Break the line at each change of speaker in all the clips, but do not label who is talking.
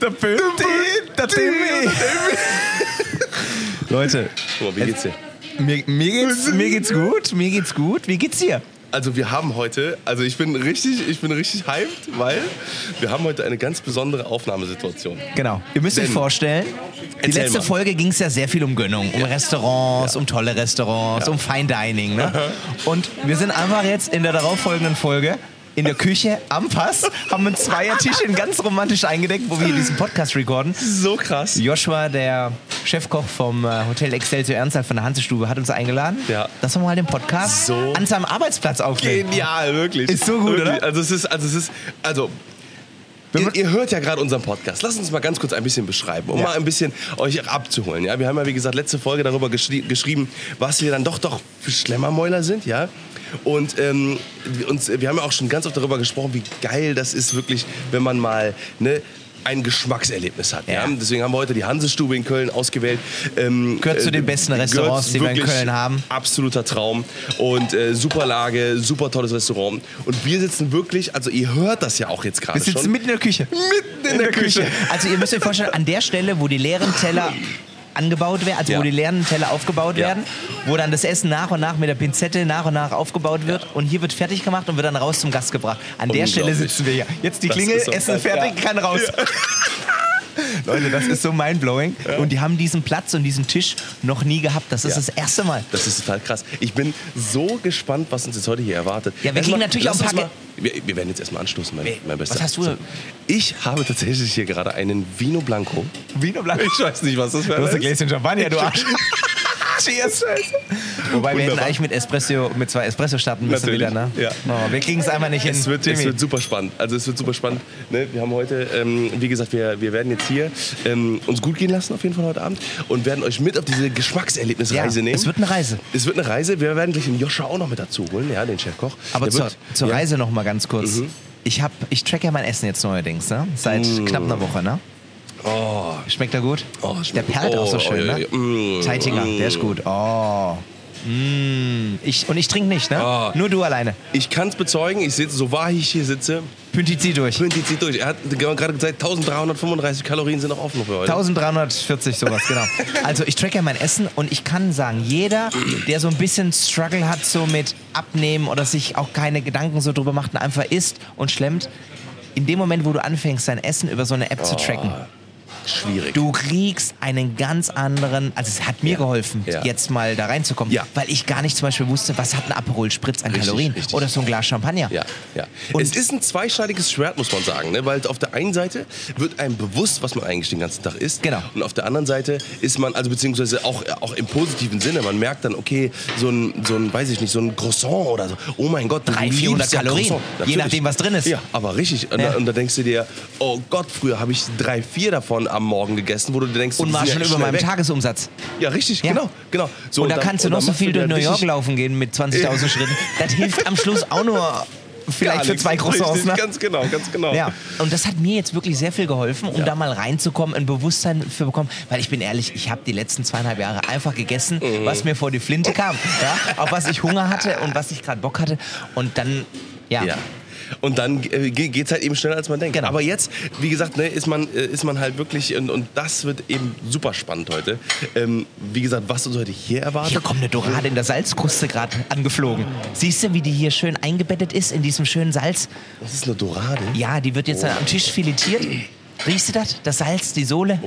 Der Böhm, der Timmy. Leute,
Boah, wie geht's dir?
mir, mir, geht's, mir geht's gut, mir geht's gut. Wie geht's dir?
Also wir haben heute, also ich bin richtig, ich bin richtig hyped, weil wir haben heute eine ganz besondere Aufnahmesituation.
Genau. Ihr müsst euch
Denn-
vorstellen, die
Erzähl
letzte
mal.
Folge ging es ja sehr viel um Gönnung, um Restaurants, um tolle Restaurants, um Fine Dining. Ne? Und wir sind einfach jetzt in der darauffolgenden Folge in der Küche am Pass, haben einen Zweiertischchen ganz romantisch eingedeckt, wo wir hier diesen Podcast recorden.
So krass.
Joshua, der Chefkoch vom äh, Hotel Excel zu Ernsthaft von der Hansestube, hat uns eingeladen,
Ja.
dass wir mal den Podcast
So.
an seinem Arbeitsplatz aufnehmen.
Genial, wirklich.
Ist so gut,
wirklich.
oder?
Also es ist, also es ist, also Ihr, ihr hört ja gerade unseren Podcast. Lasst uns mal ganz kurz ein bisschen beschreiben, um
Ja.
mal ein bisschen euch abzuholen. Ja, wir haben ja wie gesagt letzte Folge darüber geschri geschrieben, was wir dann doch doch für Schlemmermäuler sind, ja. Und ähm, wir uns, wir haben ja auch schon ganz oft darüber gesprochen, wie geil das ist wirklich, wenn man mal ne, ein Geschmackserlebnis hat. Ja.
Ja.
Deswegen haben wir heute die Hansestube in Köln ausgewählt. Ähm,
Gehört zu den besten Restaurants,
gehört
die wir in
wirklich
Köln haben.
absoluter Traum und äh, super Lage, super tolles Restaurant. Und wir sitzen wirklich, also ihr hört das ja auch jetzt gerade
Wir
schon.
sitzen mitten in der Küche.
mitten in, der Küche.
Also ihr müsst euch vorstellen, an der Stelle, wo die leeren Teller angebaut werden, also
Ja.
wo die leeren Teller aufgebaut
Ja.
werden, wo dann das Essen nach und nach mit der Pinzette nach und nach aufgebaut wird und hier wird fertig gemacht und wird dann raus zum Gast gebracht. An der Stelle
Unglaublich.
sitzen wir hier. Jetzt die
Das
Klingel,
ist so
Essen
krass,
fertig,
ja.
kann raus. Leute, das ist so mindblowing. Und die haben diesen Platz und diesen Tisch noch nie gehabt. Das ist
Ja.
das erste Mal.
Das ist total krass. Ich bin so gespannt, was uns jetzt heute hier erwartet.
Ja, wir
Erstmal,
kriegen natürlich auch
lass
ein
uns
paar
Mal, wir, wir werden jetzt erstmal anstoßen, mein, mein Bester.
was hast du
So.
denn?
Ich habe tatsächlich hier gerade einen Vino Blanco.
Vino Blanco.
Ich weiß nicht, was das für
Du hast ein
ein ist.
Gläschen Champagner, du Arsch. Cheers. Wobei wir hätten
Wunderbar.
eigentlich mit Espresso, mit zwei Espresso starten müssen
Natürlich,
wieder, ne?
ja.
Oh, wir kriegen es einfach nicht hin.
Es wird, es
Timmy.
wird super spannend. Also es wird super spannend. Ne? Wir haben heute, ähm, wie gesagt, wir, wir werden jetzt hier ähm, uns gut gehen lassen auf jeden Fall heute Abend und werden euch mit auf diese Geschmackserlebnisreise
Ja,
nehmen.
es wird eine Reise.
Es wird eine Reise. Wir werden gleich den Joscha auch noch mit dazu holen, ja, den Chefkoch.
Aber
Der
zur,
wird-
zur
ja. Mhm.
Reise noch mal ganz kurz. Ich, hab, ich track ja mein Essen jetzt neuerdings, ne? Seit knapp einer Woche, ne?
Oh,
Schmeckt er gut?
Oh,
der
schmeckt-
perlt auch
oh,
so schön, ne?
oh, ja, ja. Mm,
Zeitinger, der ist gut. Oh. Mm. Ich, und ich trinke nicht, ne?
Oh.
Nur du alleine.
Ich kann es bezeugen, ich sitze, so wahr ich hier sitze,
Pünti, zieh durch.
Quinty zieht durch. Er hat gerade gesagt, 1335 Kalorien sind noch offen für heute.
1340 sowas, genau. Also ich track ja mein Essen und ich kann sagen, jeder, der so ein bisschen Struggle hat so mit Abnehmen oder sich auch keine Gedanken so drüber macht und einfach isst und schlemmt, in dem Moment, wo du anfängst, dein Essen über so eine App
Oh.
zu tracken,
Schwierig.
du kriegst einen ganz anderen, also es hat mir geholfen,
Ja.
jetzt mal da reinzukommen,
Ja.
weil ich gar nicht zum Beispiel wusste, was hat ein Aperol Spritz an
Richtig,
Kalorien
richtig.
oder so ein Glas Champagner.
Ja, ja.
Und-
es ist ein zweischneidiges Schwert, muss man sagen. Ne? Weil auf der einen Seite wird einem bewusst, was man eigentlich den ganzen Tag isst.
Genau.
Und auf der anderen Seite ist man, also beziehungsweise auch, auch im positiven Sinne, man merkt dann, okay, so ein, so ein weiß ich nicht, so ein Croissant oder so. Oh mein Gott, du
300, 400
liebst ja
Kalorien,
Croissant.
je
Natürlich.
nachdem, was drin ist.
Ja, aber richtig. Und,
Ja.
da, und da denkst du dir, oh Gott, früher habe ich drei, vier davon am Morgen gegessen, wo du dir denkst,
Und
die
war
sind
schon
ja
über
schnell
meinem
weg.
Tagesumsatz.
Ja, richtig,
Ja.
genau. genau. So,
und da kannst du
und
noch
dann
so
machst
viel
dir
durch New York
richtig-
laufen gehen mit 20.000 Schritten. Das hilft am Schluss auch nur vielleicht
Gar
für
nichts.
zwei Croissants.
Richtig,
Ne?
Ganz genau, ganz genau.
Ja, und das hat mir jetzt wirklich sehr viel geholfen, um da mal reinzukommen, ein Bewusstsein für bekommen. Weil ich bin ehrlich, ich habe die letzten zweieinhalb Jahre einfach gegessen,
Mhm.
was mir vor die Flinte kam. Ja? Auf was ich Hunger hatte und was ich gerade Bock hatte. Und dann, ja.
Ja. Und dann äh, ge- geht's halt eben schneller, als man denkt.
Genau.
Aber jetzt, wie gesagt, ne, ist, man, äh, ist man halt wirklich, und, und das wird eben super spannend heute. Ähm, wie gesagt, was uns heute hier erwartet.
Hier kommt eine Dorade in der Salzkruste gerade angeflogen. Siehst du, wie die hier schön eingebettet ist in diesem schönen Salz?
Das ist eine Dorade.
Ja, die wird
Oh.
jetzt am Tisch filetiert. Riechst du das? Das Salz, die Sohle?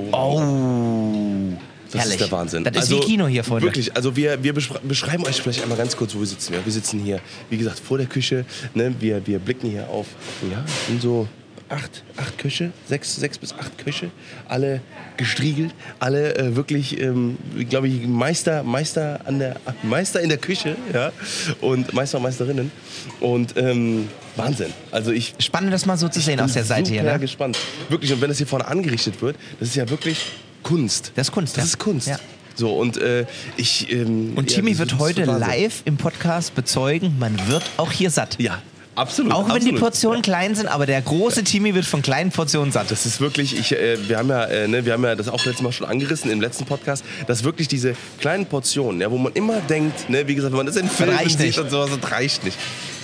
Oh.
Das
Herrlich.
ist der Wahnsinn.
Das ist wie Kino hier vorne.
Wirklich, also wir, wir beschre- beschreiben euch vielleicht einmal ganz kurz, wo wir sitzen. Ja, wir sitzen hier, wie gesagt, vor der Küche. Ne? Wir, wir blicken hier auf, ja, in so acht, acht Köche, sechs, sechs bis acht Köche, alle gestriegelt, alle äh, wirklich, ähm, glaube ich, Meister, Meister, an der, Meister in der Küche ja? und Meister und Meisterinnen. Und ähm, Wahnsinn. Also ich
Spannend, das mal so zu sehen aus der Seite
super
hier. Ne?
gespannt. Wirklich, und wenn das hier vorne angerichtet wird, das ist ja wirklich Kunst.
Das ist Kunst,
Das
ja.
ist Kunst.
Ja.
So, und äh, ich... Ähm,
Und
ja,
Timmy
das
wird
ist
heute
Wahnsinn.
live im Podcast bezeugen, man wird auch hier satt.
Ja, absolut.
Auch wenn die
absolut.
Portionen klein sind, aber der große Timmy wird von kleinen Portionen satt.
Das ist wirklich, ich, äh, wir, haben ja, äh, ne, wir haben ja das auch letztes Mal schon angerissen im letzten Podcast, dass wirklich diese kleinen Portionen, ja, wo man immer denkt, ne, wie gesagt, wenn man das in Filmen
reicht
sieht
nicht.
und sowas, das reicht nicht.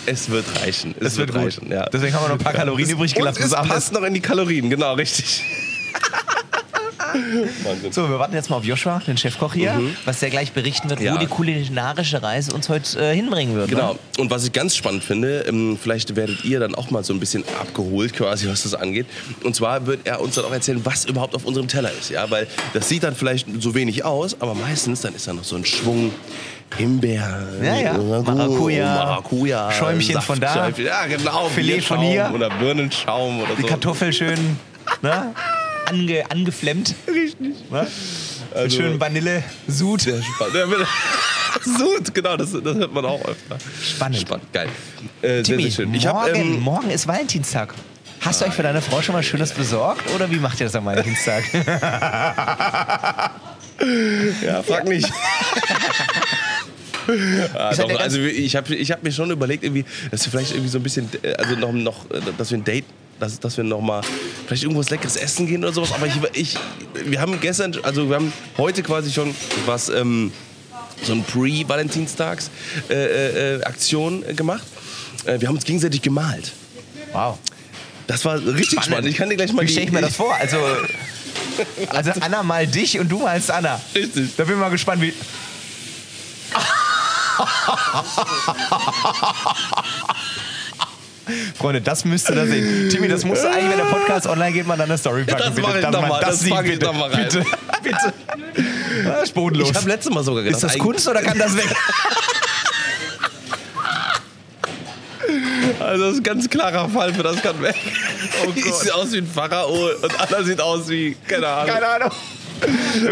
Es wird reichen. Es,
Das wird gut.
reichen. Ja.
Deswegen haben wir noch ein paar Kalorien
Es-
übrig gelassen
Und es
bis abends.
passt noch in die Kalorien, genau, richtig. Wahnsinn.
So, wir warten jetzt mal auf Joshua, den Chefkoch hier, was der gleich berichten wird,
Mhm. Ja.
wo die kulinarische Reise uns heute äh, hinbringen wird.
Genau.
Ne?
Und was ich ganz spannend finde, ähm, vielleicht werdet ihr dann auch mal so ein bisschen abgeholt, quasi, was das angeht. Und zwar wird er uns dann auch erzählen, was überhaupt auf unserem Teller ist. Ja, weil das sieht dann vielleicht so wenig aus, aber meistens dann ist da noch so ein Schwung. Himbeer,
Ja, ja.
Ragu-
Maracuja.
Maracuja,
Schäumchen
Saft-
von da.
Schäumchen. ja genau,
Filet von hier.
Bierschaum oder Birnenschaum oder
Die
so.
Kartoffel schön ne? Ange, angeflemmt. Richtig. Ne? Mit
Also-
schön Vanille-Sud.
Sehr spannend. Ja, bitte. Sud, genau, das, das hört man auch öfter.
Spannend.
Spannend, geil. Äh, sehr,
Timmy,
sehr schön. Ich
morgen,
hab, ähm,
morgen ist Valentinstag. Hast du euch für deine Frau schon mal Schönes besorgt oder wie macht ihr das am Valentinstag?
Ja, frag nicht. Ah,
Ist halt der
doch,
ganz-
also wir- ich habe ich hab mir schon überlegt, irgendwie, dass wir vielleicht irgendwie so ein bisschen, äh, also noch, noch äh, dass wir ein Date, dass, dass wir noch mal vielleicht irgendwas leckeres essen gehen oder sowas. Aber ich, ich, wir haben gestern, also wir haben heute quasi schon was, ähm, so ein Pre-Valentinstags-Aktion äh, äh, Aktion, äh, gemacht. Äh, wir haben uns gegenseitig gemalt.
Wow.
Das war richtig spannend. Ich kann dir gleich mal
Wie
die-
stelle ich mir das vor? Also, also Anna mal dich und du malst Anna.
Richtig.
Da bin ich mal gespannt, wie. Freunde, das müsst ihr da sehen. Timmy, das musst du eigentlich, wenn der Podcast online geht, mal in deine Story packen.
Das
bitte.
mache ich
Dass
noch
man
mal, das
sieht,
pack ich
bitte.
noch mal rein.
Bitte. bitte. Das ist bodenlos.
Ich habe letztes Mal sogar gedacht.
ist das
eigentlich-
Kunst oder kann das weg?
Also das ist ein ganz klarer Fall für das kann weg.
Oh
Ich sehe aus wie ein Pharao und Anna sieht aus wie, keine Ahnung.
Keine Ahnung.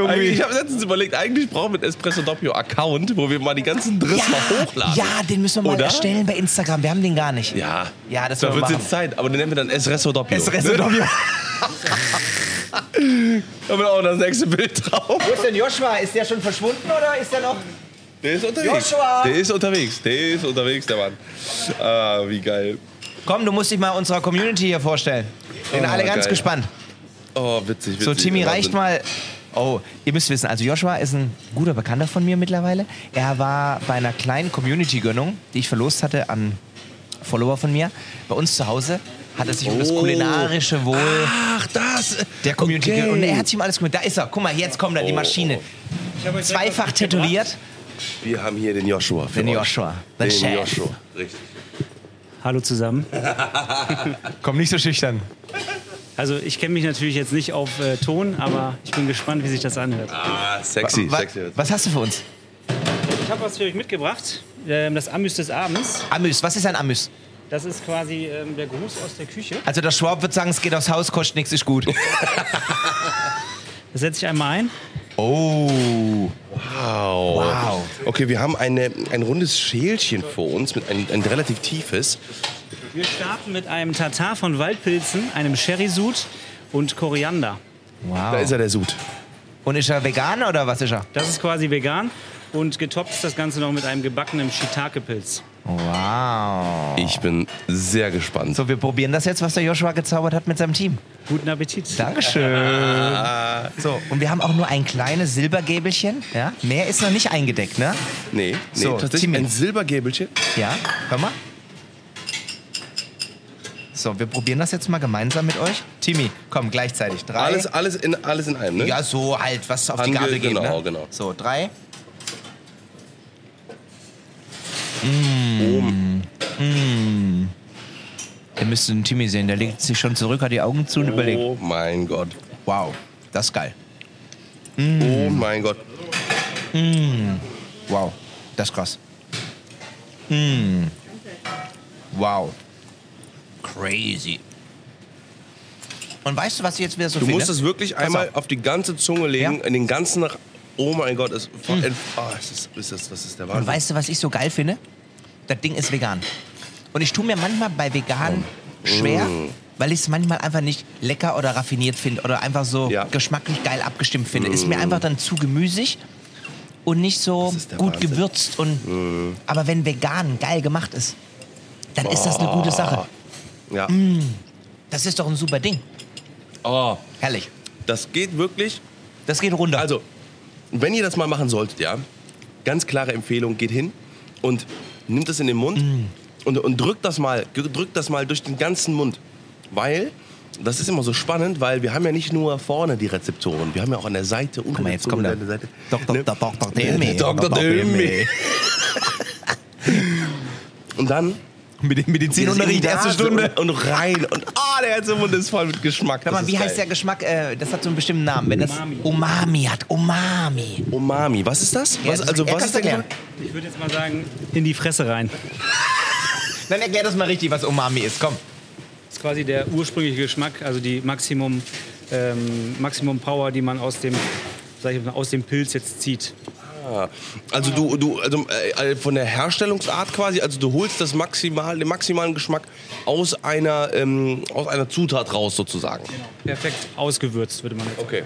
Eigentlich- Ich habe letztens überlegt, eigentlich brauchen wir einen Espresso Doppio Account, wo wir mal die ganzen Driss mal hochladen.
ja, den müssen wir mal
Oder?
erstellen bei Instagram. Wir haben den gar nicht.
Ja.
Ja, das
da
wollen wir
wird's
machen.
jetzt Zeit, aber den nennen wir dann Espresso Doppio.
Espresso Doppio.
Da wird auch das nächste Bild drauf.
Wo ist denn Joshua? Ist der schon verschwunden oder ist der noch?
Der ist unterwegs.
Joshua!
Der ist unterwegs. Der ist unterwegs, der Mann. Ah, wie geil.
Komm, du musst dich mal unserer Community hier vorstellen. Sind
Oh,
alle ganz
geil.
gespannt.
Oh, witzig, witzig.
So, Timmy
Wahnsinn.
reicht mal. Oh, ihr müsst wissen, also Joshua ist ein guter Bekannter von mir mittlerweile. Er war bei einer kleinen Community-Gönnung, die ich verlost hatte an Follower von mir, bei uns zu Hause. Hat er sich um das
Oh.
kulinarische Wohl
Ach, das.
der Community
okay.
ge- Und er hat sich um alles gekümmert. Da ist er. Guck mal, jetzt kommt er, die
Oh.
Maschine. Zweifach tätowiert.
Wir haben hier den Joshua. Für
Den
euch.
Joshua.
Den
Den Chef.
Joshua. Richtig.
Hallo zusammen.
Komm, nicht so schüchtern.
Also ich kenne mich natürlich jetzt nicht auf äh, Ton, aber ich bin gespannt, wie sich das anhört.
Ah, sexy,
Wa-
sexy.
was hast du für uns?
Ich habe was für euch mitgebracht. Ähm, das Amüs des Abends.
Amüs. Was ist ein Amüs?
Das ist quasi ähm, der Gruß aus der Küche.
Also der Schwab wird sagen, es geht aufs Haus, kostet nichts, ist gut.
Das setze ich einmal ein.
Oh.
Wow.
Wow.
Okay, wir haben eine, ein rundes Schälchen vor uns, mit ein, ein relativ tiefes.
Wir starten mit einem Tatar von Waldpilzen, einem Sherry-Sud und Koriander.
Wow.
Da ist er, der Sud.
Und ist er Veganer oder was ist er?
Das ist quasi vegan und getoppt ist das Ganze noch mit einem gebackenen Shiitake-Pilz.
Wow.
Ich bin sehr gespannt.
So, wir probieren das jetzt, was der Joshua gezaubert hat mit seinem Team.
Guten Appetit.
Dankeschön. So, und wir haben auch nur ein kleines Silbergäbelchen. Ja? Mehr ist noch nicht eingedeckt, ne?
Nee, nee
So,
tatsächlich
Timmy.
ein Silbergäbelchen.
Ja, hör mal. So, wir probieren das jetzt mal gemeinsam mit euch. Timmy, komm, gleichzeitig. Drei.
Alles, alles, in, alles in einem, ne?
Ja, so halt, was auf die
Ange-
Gabel geht.
genau,
ne?
genau.
So, drei. Hm. Ihr müsst den Hm. Timmy sehen, der legt sich schon zurück, hat die Augen zu und überlegt.
Oh mein Gott.
Wow, das ist geil. Hm.
Oh mein Gott.
Wow, das ist krass. Hm. Mm. Wow. Crazy. Und weißt du, was ich jetzt wieder so
Du
finde?
musst es wirklich
Pass
einmal
auf.
auf die ganze Zunge legen,
Ja. Hm.
in den ganzen. Ra- Oh mein Gott, es, oh, es ist, ist das, das ist der Wahnsinn.
Und weißt du, was ich so geil finde? Das Ding ist vegan. Und ich tue mir manchmal bei vegan schwer,
Mm.
weil ich es manchmal einfach nicht lecker oder raffiniert finde oder einfach so
Ja. Mm.
geschmacklich geil abgestimmt finde. Ist mir einfach dann zu gemüsig und nicht so
Das ist der
gut
Wahnsinn. Mm.
gewürzt. Und, aber wenn vegan geil gemacht ist, dann ist das eine gute Sache.
ja.
Hm. Das ist doch ein super Ding.
Oh,
Herrlich.
das geht wirklich.
Das geht runter.
Also, wenn ihr das mal machen solltet, ja, ganz klare Empfehlung, geht hin und nimmt es in den Mund
Mm.
und, und drückt das mal, ge- drückt das mal durch den ganzen Mund, weil das ist immer so spannend, weil wir haben ja nicht nur vorne die Rezeptoren, wir haben ja auch an der Seite unten.
Guck mal, jetzt kommt der
Seite.
Dr.
Ne?
Dr. Dr. Demi.
Dr. Demi. Und dann
Mit dem Medizinunterricht,
die
erste
Nase
Stunde.
und, und rein und ah, der ganze Mund ist voll mit Geschmack.
Sag
Das
mal,
ist
wie heißt
geil.
der Geschmack? Äh, das hat so einen bestimmten Namen. Wenn das
Umami.
Umami hat. Umami.
Umami? Was ist das?
Ja,
Was,
das-
also
er
was
kann's
ist der
erklären.
Geschmack?
Ich würde jetzt mal sagen, in die Fresse rein.
Dann erklär das mal richtig, was Umami ist. Komm.
Das ist quasi der ursprüngliche Geschmack, also die Maximum, ähm, Maximum Power, die man aus dem, sag ich mal, aus dem Pilz jetzt zieht.
Ah, Also du, du also, äh, von der Herstellungsart quasi, also du holst das maximal, den maximalen Geschmack aus einer, ähm, aus einer Zutat raus sozusagen.
Genau. Perfekt ausgewürzt, würde man jetzt
Okay.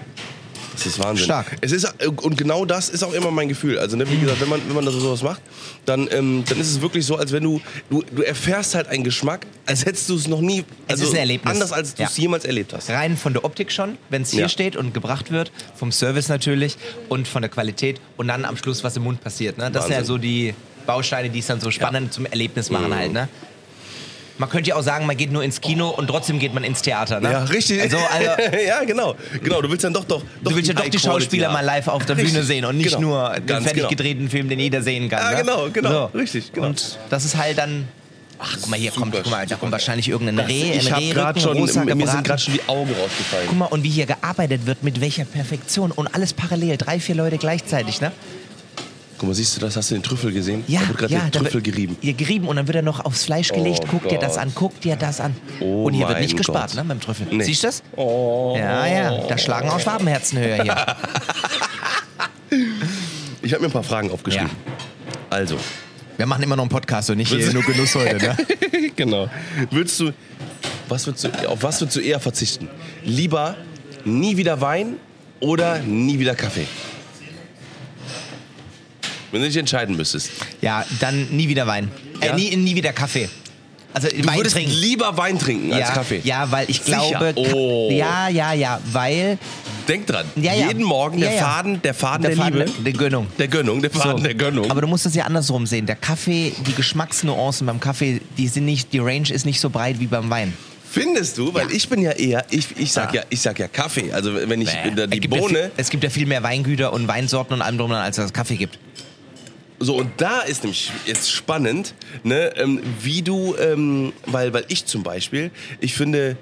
Das ist Wahnsinn.
Stark.
Es ist, äh, und genau das ist auch immer mein Gefühl. Also, ne, wie gesagt, wenn man, wenn man das sowas macht, dann, ähm, dann ist es wirklich so, als wenn du, du, du erfährst halt einen Geschmack, als hättest du es noch nie,
Es
also
ist ein Erlebnis.
anders als du es
Ja.
jemals erlebt hast.
Rein von der Optik schon, wenn es hier
Ja.
steht und gebracht wird, vom Service natürlich und von der Qualität und dann am Schluss, was im Mund passiert. Ne? Das sind ja
Wahnsinn. Mhm.
so die Bausteine, die es dann so spannend zum Erlebnis machen halt. Ne? Man könnte ja auch sagen, man geht nur ins Kino und trotzdem geht man ins Theater. Ne?
Ja, richtig.
Also, also,
ja, genau. Genau, du willst dann doch doch.
du willst ja doch die Schauspieler mal live auf der Bühne sehen und nicht nur den fertig
genau.
gedrehten Film, den jeder sehen kann.
Ja,
ne?
genau, genau. Richtig, genau.
Und das ist halt dann. Ach, guck mal, hier kommt, guck mal, da kommt wahrscheinlich irgendein Reh.
Ich
ein
habe
Rehrücken,
gerade schon, mir
rosa
sind
gebraten.
gerade schon die Augen rausgefallen.
Guck mal, und wie hier gearbeitet wird, mit welcher Perfektion und alles parallel, drei, vier Leute gleichzeitig, ne?
Guck mal, siehst du das? Hast du den Trüffel gesehen? da wird gerade
ja,
der
da wird-
Trüffel gerieben.
Hier gerieben und dann wird er noch aufs Fleisch gelegt.
Oh
guck dir das
Gott.
an, guck dir das an.
Oh
und hier wird
mein
nicht gespart,
Gott.
ne, beim Trüffel.
Nee. Oh.
Siehst du das? Ja, ja, da schlagen auch Schwabenherzen höher hier.
Ich habe mir ein paar Fragen aufgeschrieben. Also,
Wir machen immer noch einen Podcast und nicht hier nur Genuss heute, ne?
genau. Würdest du, was würdest du, auf was würdest du eher verzichten? Lieber nie wieder Wein oder nie wieder Kaffee? Wenn du dich entscheiden müsstest.
Ja, dann nie wieder Wein.
Ja?
Äh, nie, nie wieder Kaffee. Also
Du
Wein
würdest
trinken.
lieber Wein trinken als
ja,
Kaffee.
ja, weil ich
Sicher?
glaube, Ka-
Oh.
ja, ja, ja, weil
Denk dran.
Ja, ja.
Jeden Morgen der
Ja, ja.
Faden, der Faden der,
Faden
Liebe.
der- der Gönnung.
Der Gönnung, der Faden der Gönnung.
Aber du musst es ja andersrum sehen. Der Kaffee, die Geschmacksnuancen beim Kaffee, die sind nicht, die Range ist nicht so breit wie beim Wein.
Findest du? Weil ich bin ja eher, ich, ich sag
Ja.
ja, ich sag ja Kaffee. Also wenn ich da
Ah. Es
die
gibt ja
Bohne.
viel- es gibt ja viel mehr Weingüter und Weinsorten und allem drum und dran, als es Kaffee gibt.
So, und da ist nämlich jetzt spannend, ne, ähm, wie du, ähm, weil, weil ich zum Beispiel, ich finde,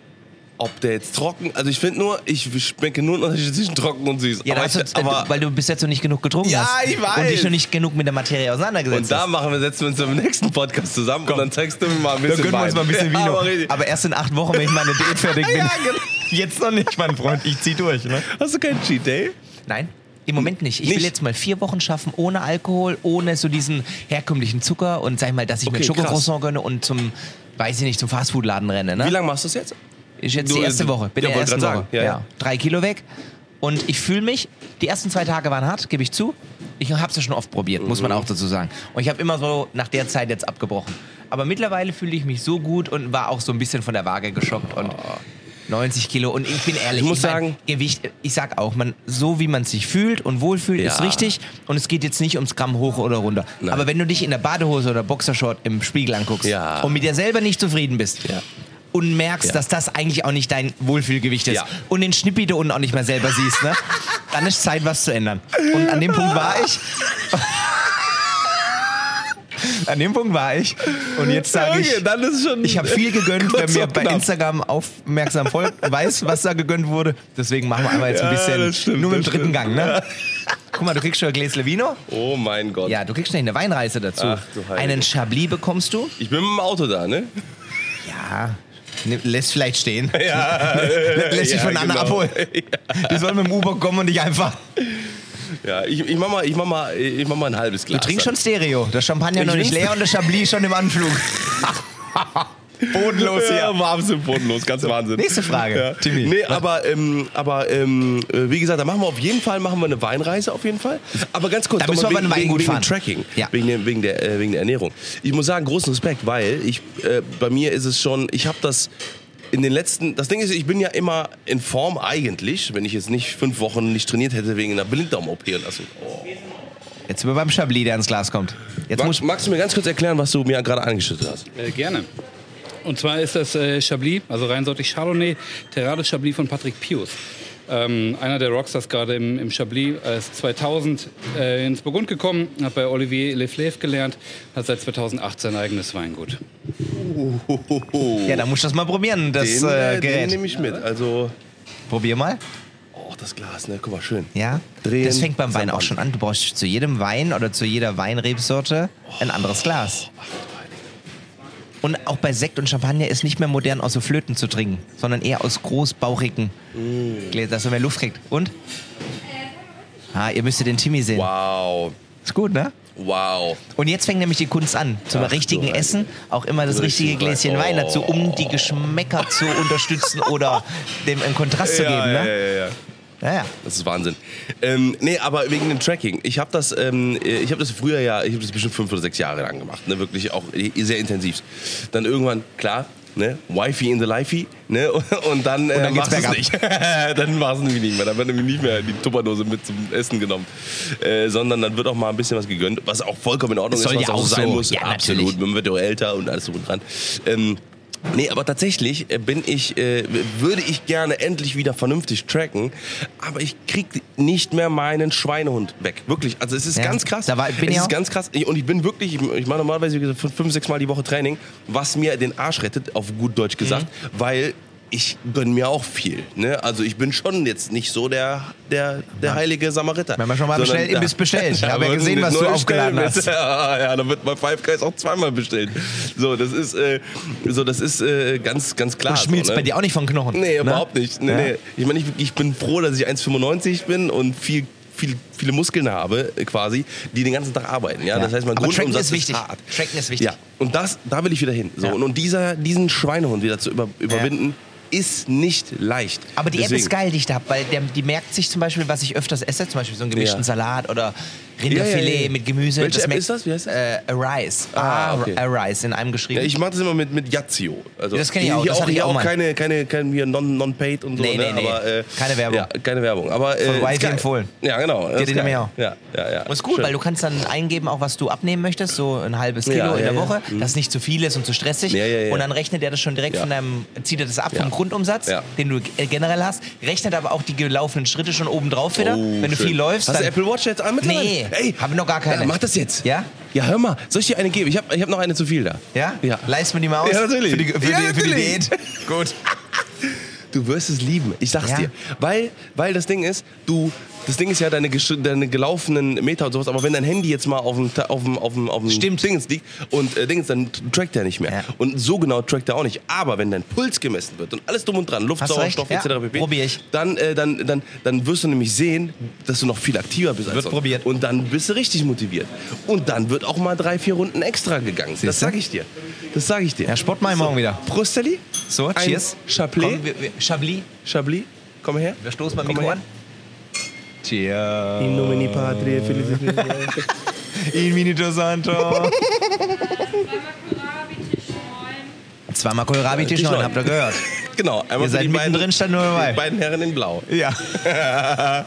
ob der jetzt trocken, also ich finde nur, ich schmecke nur einen Unterschied zwischen trocken und süß.
Ja,
aber
das
ich,
ist,
aber
weil du bis jetzt noch nicht genug getrunken
Ja,
hast.
ich weiß.
Und dich noch nicht genug mit der Materie auseinandergesetzt
und da
hast.
machen wir, setzen wir uns im nächsten Podcast zusammen und dann zeigst du mir mal ein bisschen Wein. Ja,
Vino.
aber richtig.
Aber erst in acht Wochen, wenn ich meine Diät fertig bin.
Ja, genau.
Jetzt noch nicht, mein Freund. Ich zieh durch, ne?
Hast du keinen Cheat Day?
Nein, im Moment nicht. Ich will
Nicht?
jetzt mal vier Wochen schaffen, ohne Alkohol, ohne so diesen herkömmlichen Zucker und sag mal, dass ich mir
Okay,
Schokocroissant gönne und zum, weiß ich nicht, zum Fastfoodladen renne. Ne?
Wie lange machst du es jetzt?
Ich jetzt
Du-
die erste Woche, bin
Ja,
in der
wollte
ersten
grad
Woche.
sagen, ja, ja.
Drei Kilo weg. Und ich fühle mich, die ersten zwei Tage waren hart, gebe ich zu. Ich habe es ja schon oft probiert, muss man auch dazu sagen. Und ich habe immer so nach der Zeit jetzt abgebrochen. Aber mittlerweile fühle ich mich so gut und war auch so ein bisschen von der Waage geschockt und 90 Kilo. Und ich bin ehrlich,
Ich muss
mein,
sagen-
Gewicht, ich sag auch, man, so wie man sich fühlt und wohlfühlt, ist
Ja.
richtig. Und es geht jetzt nicht ums Gramm hoch oder runter.
Nein.
Aber wenn du dich in der Badehose oder Boxershort im Spiegel anguckst
Ja.
und mit dir selber nicht zufrieden bist,
Ja.
und merkst,
Ja.
dass das eigentlich auch nicht dein Wohlfühlgewicht ist
Ja.
und den Schnippi da unten auch nicht mehr selber siehst, ne? dann ist Zeit, was zu ändern. Und an dem Punkt war ich. An dem Punkt war ich. Und jetzt sage ich,
Okay, dann ist schon
ich habe viel gegönnt. Wer
kurz
mir
und
bei
knapp.
Instagram aufmerksam folgt, weiß, was da gegönnt wurde. Deswegen machen wir einmal jetzt ein
Ja,
bisschen
das stimmt,
nur im
das
dritten
stimmt.
Gang. Ne? Guck mal, du kriegst schon ein Gläsle Vino.
Oh mein Gott.
Ja, du kriegst schnell eine Weinreise dazu.
Ach, du Heilige.
Einen Chablis bekommst du.
Ich bin mit dem Auto da, ne?
Ja, Ne- Lässt vielleicht stehen.
Ja,
Lässt sich
ja,
von anderen
genau.
abholen. Die sollen mit dem Uber kommen und dich einfach.
Ja, ich, ich, mach mal, ich, mach mal, ich mach mal ein halbes
Du
Glas.
trinkst schon
dann.
Stereo. Das Champagner noch
Ich
nicht
bin-
leer und das Chablis schon im Anflug. Bodenlos hier.
Ja, war absolut bodenlos, ganz Wahnsinn.
nächste Frage, Timmy.
Nee, aber, ähm, aber ähm, äh, wie gesagt, da machen wir auf jeden Fall machen wir eine Weinreise auf jeden Fall. Aber ganz kurz,
Da müssen
nochmal
wir aber
wegen,
in Weingut
wegen, wegen
fahren.
dem Tracking,
Ja.
wegen, dem, wegen, der, äh, wegen der Ernährung. Ich muss sagen, großen Respekt, weil ich äh, bei mir ist es schon, ich habe das in den letzten, das Ding ist, ich bin ja immer in Form eigentlich, wenn ich jetzt nicht fünf Wochen nicht trainiert hätte wegen einer Blinddarm-OP und das. Oh.
Jetzt sind wir beim Chablis, der ins Glas kommt. Jetzt muss
Mag, magst du mir ganz kurz erklären, was du mir gerade angeschüttet hast?
Äh, gerne. Und zwar ist das äh, Chablis, also reinsortig Chardonnay, Terrade Chablis von Patrick Pius. Ähm, einer der Rockstars gerade im, im Chablis, Er ist 2000 äh, ins Burgund gekommen, hat bei Olivier Leflèvre gelernt, hat seit 2008 sein eigenes Weingut.
Oh,
ja, dann muss das mal probieren, das
den, äh,
äh,
den
Gerät.
nehme ich mit. Also,
Probier mal.
oh, das Glas, ne? Guck mal, schön.
Ja.
Drehen,
das fängt beim Wein
Samband.
auch schon an. Du brauchst zu jedem Wein oder zu jeder Weinrebsorte ein anderes Glas. Und auch bei Sekt und Champagner ist nicht mehr modern, aus so Flöten zu trinken, sondern eher aus großbauchigen Gläsern, dass man mehr Luft kriegt. Und? Ah, ihr müsstet den Timmy sehen.
Wow.
Ist gut, ne?
Wow.
Und jetzt fängt nämlich die Kunst an. Zum
Ach,
richtigen
du
Essen auch immer das
Richtig
richtige Gläschen
Wein.
Wein
Oh.
dazu, um die Geschmäcker zu unterstützen oder dem einen Kontrast zu geben.
ja,
Ne?
ja, ja, ja.
Ja, ja.
Das ist Wahnsinn. Ähm, nee, aber wegen dem Tracking. Ich habe das, ähm, ich habe das früher ja, ich habe das bestimmt fünf oder sechs Jahre lang gemacht, ne, wirklich auch sehr intensiv. Dann irgendwann, klar, ne, Wifi in the Lifey, ne, und dann, äh,
dann geht's
machst du's
bergab.
nicht. dann war es nämlich nicht mehr. Dann wird nämlich nicht mehr die Tupperdose mit zum Essen genommen, äh, sondern dann wird auch mal ein bisschen was gegönnt, was auch vollkommen in Ordnung
Soll
ist, was
ja auch
sein
so.
muss.
Ja,
Absolut.
natürlich.
Man wird ja auch älter und alles so und dran. Ähm, Nee, aber tatsächlich äh, bin ich, äh, w- würde ich gerne endlich wieder vernünftig tracken, aber ich krieg nicht mehr meinen Schweinehund weg. Wirklich, also es ist
Ja,
ganz krass.
da war- bin
es
ich
ist
auch.
ganz krass. Ich- Und ich bin wirklich, ich, ich mache normalerweise wie gesagt, fünf, fünf, sechs Mal die Woche Training, was mir den Arsch rettet, auf gut
Mhm.
Deutsch gesagt, weil ich gönn mir auch viel. Ne? Also ich bin schon jetzt nicht so der, der, der heilige Samariter.
Wenn man schon mal
Sondern
bestellt-
da-
Imbiss bestellt. Ich
da
habe ja
wird
gesehen,
eine
was du
neue
aufgeladen
Stelle-
hast.
ja, ja, dann wird mein Five Guys auch zweimal bestellt. So, das ist, äh, so, das ist äh, ganz, ganz klar.
Du schmilzt
so, ne?
bei dir auch nicht von Knochen.
Nee,
ne?
überhaupt nicht. Nee,
Ja.
nee. Ich meine, ich, ich bin froh, dass ich 1,95 bin und viel, viel, viele Muskeln habe, äh, quasi, die den ganzen Tag arbeiten. Ja?
Ja.
Das heißt, mein
Aber Tracken
Grundumsatz
ist wichtig.
hart.
Tracken ist wichtig.
Ja. Und das, da will ich wieder hin. So.
Ja.
Und, und dieser, diesen Schweinehund wieder zu über, überwinden, ist nicht leicht.
Aber die App
Deswegen.
ist geil, die ich da habe, weil der, die merkt sich zum Beispiel, was ich öfters esse, zum Beispiel so einen gemischten
Ja.
Salat oder Rinderfilet
Ja, ja, ja.
mit Gemüse.
Welche App
merkt-
ist das? Wie heißt das?
Äh, Arise.
Ah, okay.
Arise, in einem geschrieben.
Ja, ich mache das immer mit, mit Yazio. Also,
Das kenn ich auch,
Hier
das
auch,
hatte ich
hier
auch
auch
mal.
keine, keine, keine hier non- non-paid und so.
Nee,
ne?
nee, nee.
Aber, äh,
Keine Werbung.
Ja, keine Werbung. Aber, äh,
Von
ist
Wifi
geil.
empfohlen.
Ja, genau.
Geht
ist
in
geil.
mir auch.
Ja, ja, ja.
und ist gut,
Schön.
weil du kannst dann eingeben, auch was du abnehmen möchtest, so ein halbes Kilo
Ja,
in
ja,
der
ja.
Woche, dass nicht zu viel ist und zu stressig.
Ja, ja, ja.
Und dann rechnet er das schon direkt
Ja.
von deinem, zieht er das ab
Ja.
vom Grundumsatz,
Ja.
den du äh, generell hast, rechnet aber auch die gelaufenen Schritte schon oben drauf wieder.
Oh,
Wenn du
schön.
viel läufst,
Hast
dann
du Apple Watch jetzt an mittlerweile?
Nee, hab noch gar keine.
Ja, mach das jetzt.
Ja?
Ja, hör mal. Soll ich dir eine geben? Ich habe ich hab noch eine zu viel da.
Ja?
Ja.
Leist mir die mal aus.
Ja, natürlich.
Für die, für
Ja,
die, für die
natürlich.
Diät. Gut.
Du wirst es lieben. Ich sag's
Ja.
dir. Weil, weil das Ding ist, du. Das Ding ist ja deine, gesch- deine gelaufenen Meter und sowas, aber wenn dein Handy jetzt mal auf dem, Ta- auf dem, auf dem, auf dem
Stimmt.
Dingens liegt und äh, Dingens, dann trackt er nicht mehr.
Ja.
Und so genau trackt er auch nicht. Aber wenn dein Puls gemessen wird und alles drum und dran, Luft,
Hast du
Sauerstoff
recht,
etc.
ja.
pp.
Probier ich.
Dann, äh, dann, dann, dann wirst du nämlich sehen, dass du noch viel aktiver bist.
Wird
sonst.
probiert.
Und dann bist du richtig motiviert. Und dann wird auch mal drei, vier Runden extra gegangen. Das
Siehste?
sag ich dir. Das sag ich dir.
Ja, Sport mach ich morgen wieder.
Prostelli.
So,
Ein
cheers.
Chapelet.
Komm, wir, wir, Chablis.
Chablis, komm her.
Wir stoßen beim
Komm
Mikro
her.
an. Cheers.
In nomine Patria,
In Minuto Santo. Zweimal Kohlrabi Tisch
Tischlein.
neun, habt ihr gehört.
Genau, einmal
Ihr
für
seid
die beiden,
mittendrin, stand nur
die
dabei.
beiden Herren in Blau.
Ja.
ah,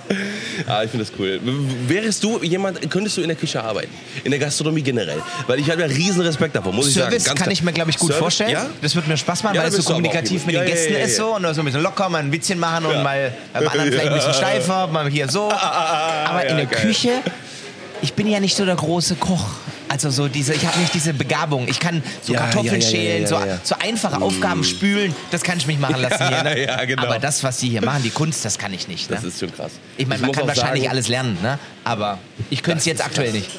ich finde das cool. W- w- Wärest du jemand, könntest du in der Küche arbeiten? In der Gastronomie generell? Weil ich habe ja riesen Respekt davor, muss ich
Service
sagen. Ganz
kann
klar.
ich mir, glaube ich, gut
Service,
vorstellen.
Ja?
Das wird mir Spaß machen,
Ja,
weil es so
bist du aber auch
kommunikativ
gut.
mit den
Ja, ja,
Gästen
ja,
ist
ja.
so und so ein bisschen locker, mal ein Witzchen machen
Ja.
und mal beim anderen vielleicht ein bisschen
Ja. Ah,
steifer, mal hier so. Aber in
Ja,
der
geil.
Küche, ich bin ja nicht so der große Koch. Also so diese, ich habe nicht diese Begabung. Ich kann so
Ja,
Kartoffeln
ja, ja, ja,
schälen,
ja, ja. Mm.
So, so einfache Aufgaben spülen, das kann ich mich machen lassen hier. Ne?
Ja, ja, genau.
Aber das, was sie hier machen, die Kunst, das kann ich nicht. Ne?
Das ist schon krass.
ich meine, man
muss
kann
auch
wahrscheinlich
sagen,
alles lernen, ne? aber ich könnte es
Das
jetzt
ist
aktuell
krass.
nicht.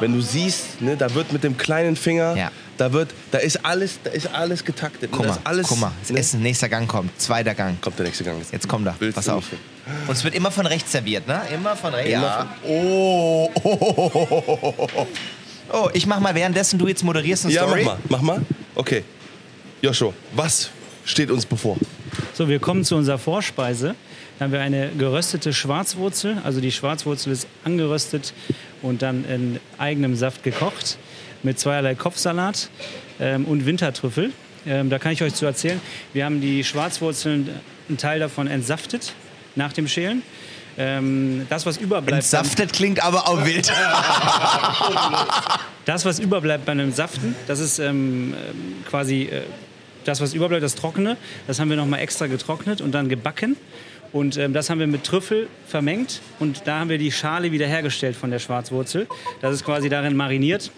Wenn du siehst, ne, da wird mit dem kleinen Finger,
Ja.
Da wird, da ist alles, da ist alles getaktet. ne?
Guck
da
mal,
ist alles,
guck mal. Das
ne?
Essen, nächster Gang kommt, zweiter Gang.
Kommt der nächste Gang.
Jetzt kommt er.
Willst
Pass
du
auf.
nicht?
Und es wird immer von rechts serviert, ne? Immer von rechts.
Immer
Ja. Oh. Oh, oh, oh, oh, oh, oh. oh, ich mach mal währenddessen du jetzt moderierst eine
Ja, mach
Story.
mal, mach mal. Okay. Joshua, was steht uns bevor?
So, wir kommen zu unserer Vorspeise. Da haben wir eine geröstete Schwarzwurzel. Also die Schwarzwurzel ist angeröstet und dann in eigenem Saft gekocht mit zweierlei Kopfsalat ähm, und Wintertrüffel. Ähm, da kann ich euch zu erzählen. Wir haben die Schwarzwurzeln, äh, einen Teil davon entsaftet nach dem Schälen. Ähm, das, was überbleibt,
Entsaftet klingt aber auch wild.
das, was überbleibt bei einem Saften, das ist ähm, ähm, quasi äh, das, was überbleibt, das Trockene. Das haben wir nochmal extra getrocknet und dann gebacken. Und ähm, das haben wir mit Trüffel vermengt. Und da haben wir die Schale wieder hergestellt von der Schwarzwurzel. Das ist quasi darin mariniert.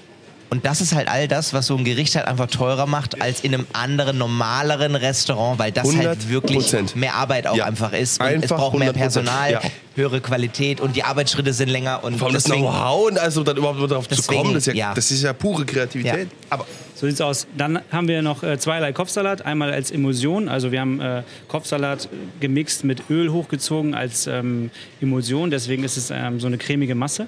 Und das ist halt all das, was so ein Gericht halt einfach teurer macht als in einem anderen, normaleren Restaurant, weil das halt
100%.
wirklich mehr Arbeit auch
Ja.
einfach ist. Und es
Einfach
braucht mehr
100%,
Personal,
ja.
höhere Qualität und die Arbeitsschritte sind länger. Und
Vor allem das
deswegen-
Know-how und also dann überhaupt darauf zu
Deswegen,
kommen, das ist ja,
ja.
das ist ja pure
ja.
Kreativität.
Aber
So sieht's aus. Dann haben wir noch äh, zweierlei Kopfsalat. Einmal als Emulsion, also wir haben äh, Kopfsalat äh, gemixt mit Öl hochgezogen als ähm, Emulsion. Deswegen ist es ähm, so eine cremige Masse.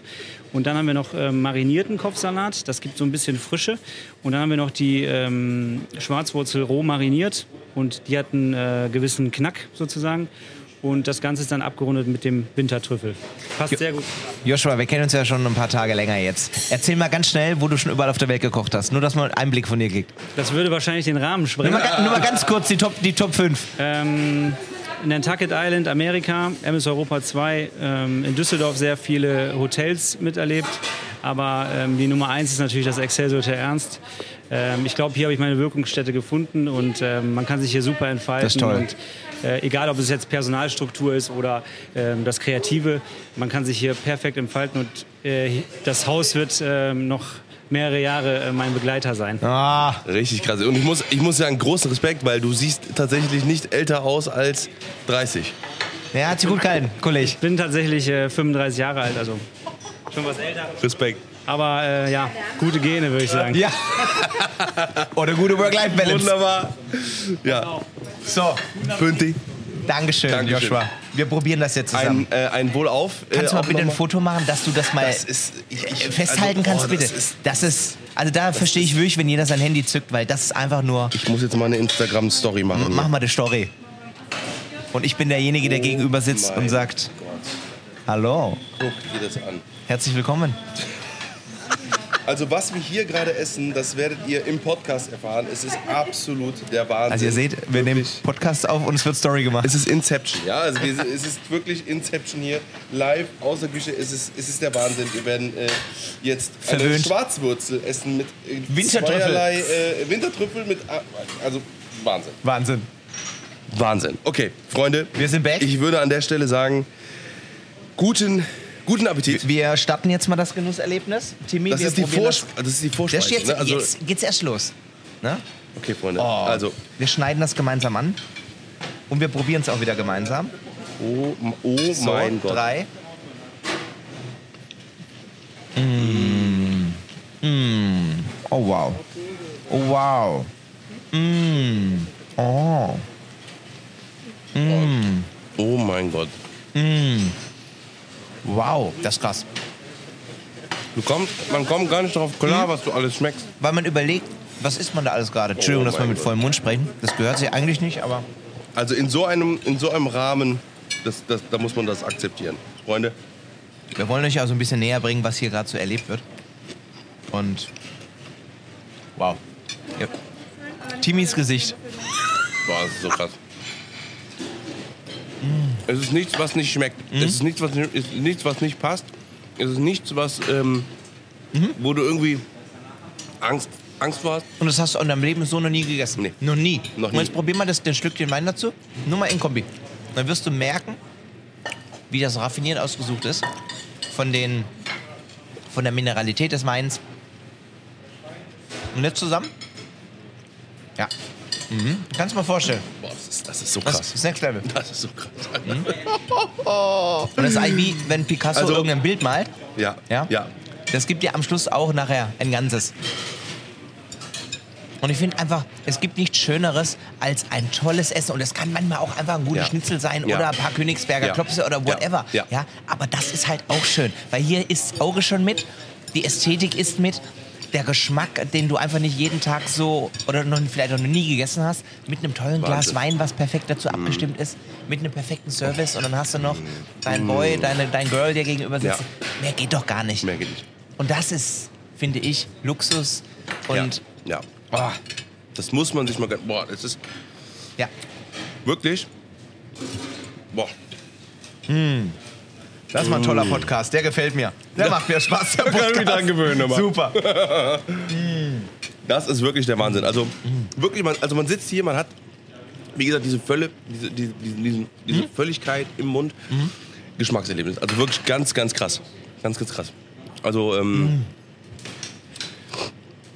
Und dann haben wir noch äh, marinierten Kopfsalat. Das gibt so ein bisschen Frische. Und dann haben wir noch die ähm, Schwarzwurzel roh mariniert. Und die hat einen äh, gewissen Knack sozusagen. Und das Ganze ist dann abgerundet mit dem Wintertrüffel. Passt sehr gut.
Joshua, wir kennen uns ja schon ein paar Tage länger jetzt. Erzähl mal ganz schnell, wo du schon überall auf der Welt gekocht hast. Nur, dass man einen Einblick von dir kriegt.
Das würde wahrscheinlich den Rahmen
Nur
sprengen.
mal, ga- nur mal ganz kurz die Top, die Top 5.
Ähm, in Nantucket Island, Amerika, MS Europa 2, ähm, in Düsseldorf sehr viele Hotels miterlebt. Aber ähm, die Nummer 1 ist natürlich das Excelsior Hotel Ernst. Ähm, ich glaube, hier habe ich meine Wirkungsstätte gefunden und ähm, man kann sich hier super entfalten.
Das ist toll.
Und, äh, egal, ob es jetzt Personalstruktur ist oder ähm, das Kreative, man kann sich hier perfekt entfalten und äh, das Haus wird ähm, noch mehrere Jahre äh, mein Begleiter sein.
Ah,
Richtig krass. Und ich muss, ich muss sagen, großen Respekt, weil du siehst tatsächlich nicht älter aus als 30.
ja, hat sich gut gehalten, Kollege.
Ich bin tatsächlich äh, 35 Jahre alt, also schon was älter.
Respekt.
Aber äh, ja, gute Gene, würde ich sagen.
Ja.
Oh,
Oder gute Work-Life-Balance.
Wunderbar. Ja,
So,
Pünti.
Dankeschön,
Dankeschön.
Joshua. Wir probieren das jetzt zusammen.
Ein, äh, ein Wohlauf.
Kannst du
äh,
mal
auch
bitte ein
nochmal.
Foto machen, dass du das mal
Das ist- ich- ich-
Äh, festhalten
also,
kannst,
oh,
bitte?
das ist-
das ist, also da verstehe ich wirklich, wenn jeder sein Handy zückt, weil das ist einfach nur,
Ich muss jetzt mal eine Instagram-Story machen.
mach mal eine Story. Und ich bin derjenige, der gegenüber sitzt
mein
und sagt, hallo,
Guck dir das an.
herzlich willkommen.
Also was wir hier gerade essen, das werdet ihr im Podcast erfahren. Es ist absolut der Wahnsinn.
Also ihr seht, wir nehmen
Wirklich.
Podcast auf und es wird Story gemacht.
Es ist Inception, ja. Also wir, es ist wirklich Inception hier live aus der Küche. Es ist, es ist der Wahnsinn. Wir werden äh, jetzt eine
Verwöhnt.
Schwarzwurzel essen mit äh,
Wintertrüffel.
zweierlei äh, Wintertrüffel mit äh, also Wahnsinn.
Wahnsinn.
Wahnsinn. Okay, Freunde,
Wir sind back.
Ich würde an der Stelle sagen, guten guten Appetit.
Wir starten jetzt mal das Genusserlebnis. Timmy,
Das
wir
ist, die
probieren das.
Vorspe das ist die Vorspeise.
Das steht jetzt,
ne? also,
jetzt geht's erst los. Ne?
Okay, Freunde.
Oh.
Also,
Wir schneiden das gemeinsam an. Und wir probieren es auch wieder gemeinsam.
oh, oh
So,
mein Gott.
drei. Mm. Mm. Oh wow. Oh wow. Mm. Oh.
Oh mein Gott.
Wow, das ist krass.
Du kommst, man kommt gar nicht darauf
Hm?
klar, was du alles schmeckst.
Weil man überlegt, was isst man da alles gerade? Entschuldigung,
Oh
dass wir
mein
mit
Gott.
vollem Mund sprechen. Das gehört sich eigentlich nicht, aber
Also in so einem, in so einem Rahmen, das, das, da muss man das akzeptieren. Freunde,
wir wollen euch ja so ein bisschen näher bringen, was hier gerade so erlebt wird. Und wow. Ja. Timmys Gesicht.
boah, das ist so krass.
Hm.
Es ist nichts, was nicht schmeckt. Es ist nichts, was nicht, es ist nichts, was nicht passt. Es ist nichts, was, ähm,
Mhm.
wo du irgendwie Angst, Angst vor hast.
Und das hast du in deinem Leben so noch nie gegessen?
Nee.
Noch nie?
Noch
Und jetzt
nie.
probier mal das, den Schlückchen Wein dazu. Nur mal in Kombi. Dann wirst du merken, wie das raffiniert ausgesucht ist. Von, den, von der Mineralität des Weins. Und jetzt zusammen? Ja. Mhm. Kannst du mal vorstellen.
Boah, das ist, das ist so
Das
krass.
ist Next Level.
Das ist so krass.
Mhm. Und das ist eigentlich wie, wenn Picasso
Also-
irgendein Bild malt.
Ja,
Ja?
ja.
Das gibt dir am Schluss auch nachher ein Ganzes. Und ich finde einfach, es gibt nichts Schöneres als ein tolles Essen. Und das kann manchmal auch einfach ein gutes
Ja.
Schnitzel sein
Ja.
oder ein paar Königsberger
Ja.
Klopse oder whatever.
Ja.
Ja, aber das ist halt auch schön, weil hier ist das Auge schon mit, die Ästhetik ist mit, der Geschmack, den du einfach nicht jeden Tag so oder noch, vielleicht auch noch nie gegessen hast, mit einem tollen Glas
Wahnsinn.
Wein, was perfekt dazu
Mhm.
abgestimmt ist, mit einem perfekten Service und dann hast du noch
mhm.
deinen Boy, deine, dein Girl dir gegenüber sitzt. Mehr geht doch gar nicht.
Mehr geht nicht.
Und das ist, finde ich, Luxus und
ja. ja.
oh,
Das muss man sich mal. ge- Boah, das ist
ja.
wirklich. Boah.
Das war ein toller Podcast, der gefällt mir. Der macht mir Spaß, der
Mhm. ich mich
Podcast.
dran gewöhnen, aber.
Super.
Das ist wirklich der Wahnsinn. Also wirklich, man, also man sitzt hier, man hat, wie gesagt, diese Völle, diese, diese, diesen- diesen, diese
Mhm.
Völligkeit im Mund. Geschmackserlebnis. Also wirklich ganz, ganz krass. Ganz, ganz krass. Also, ähm,
Mhm.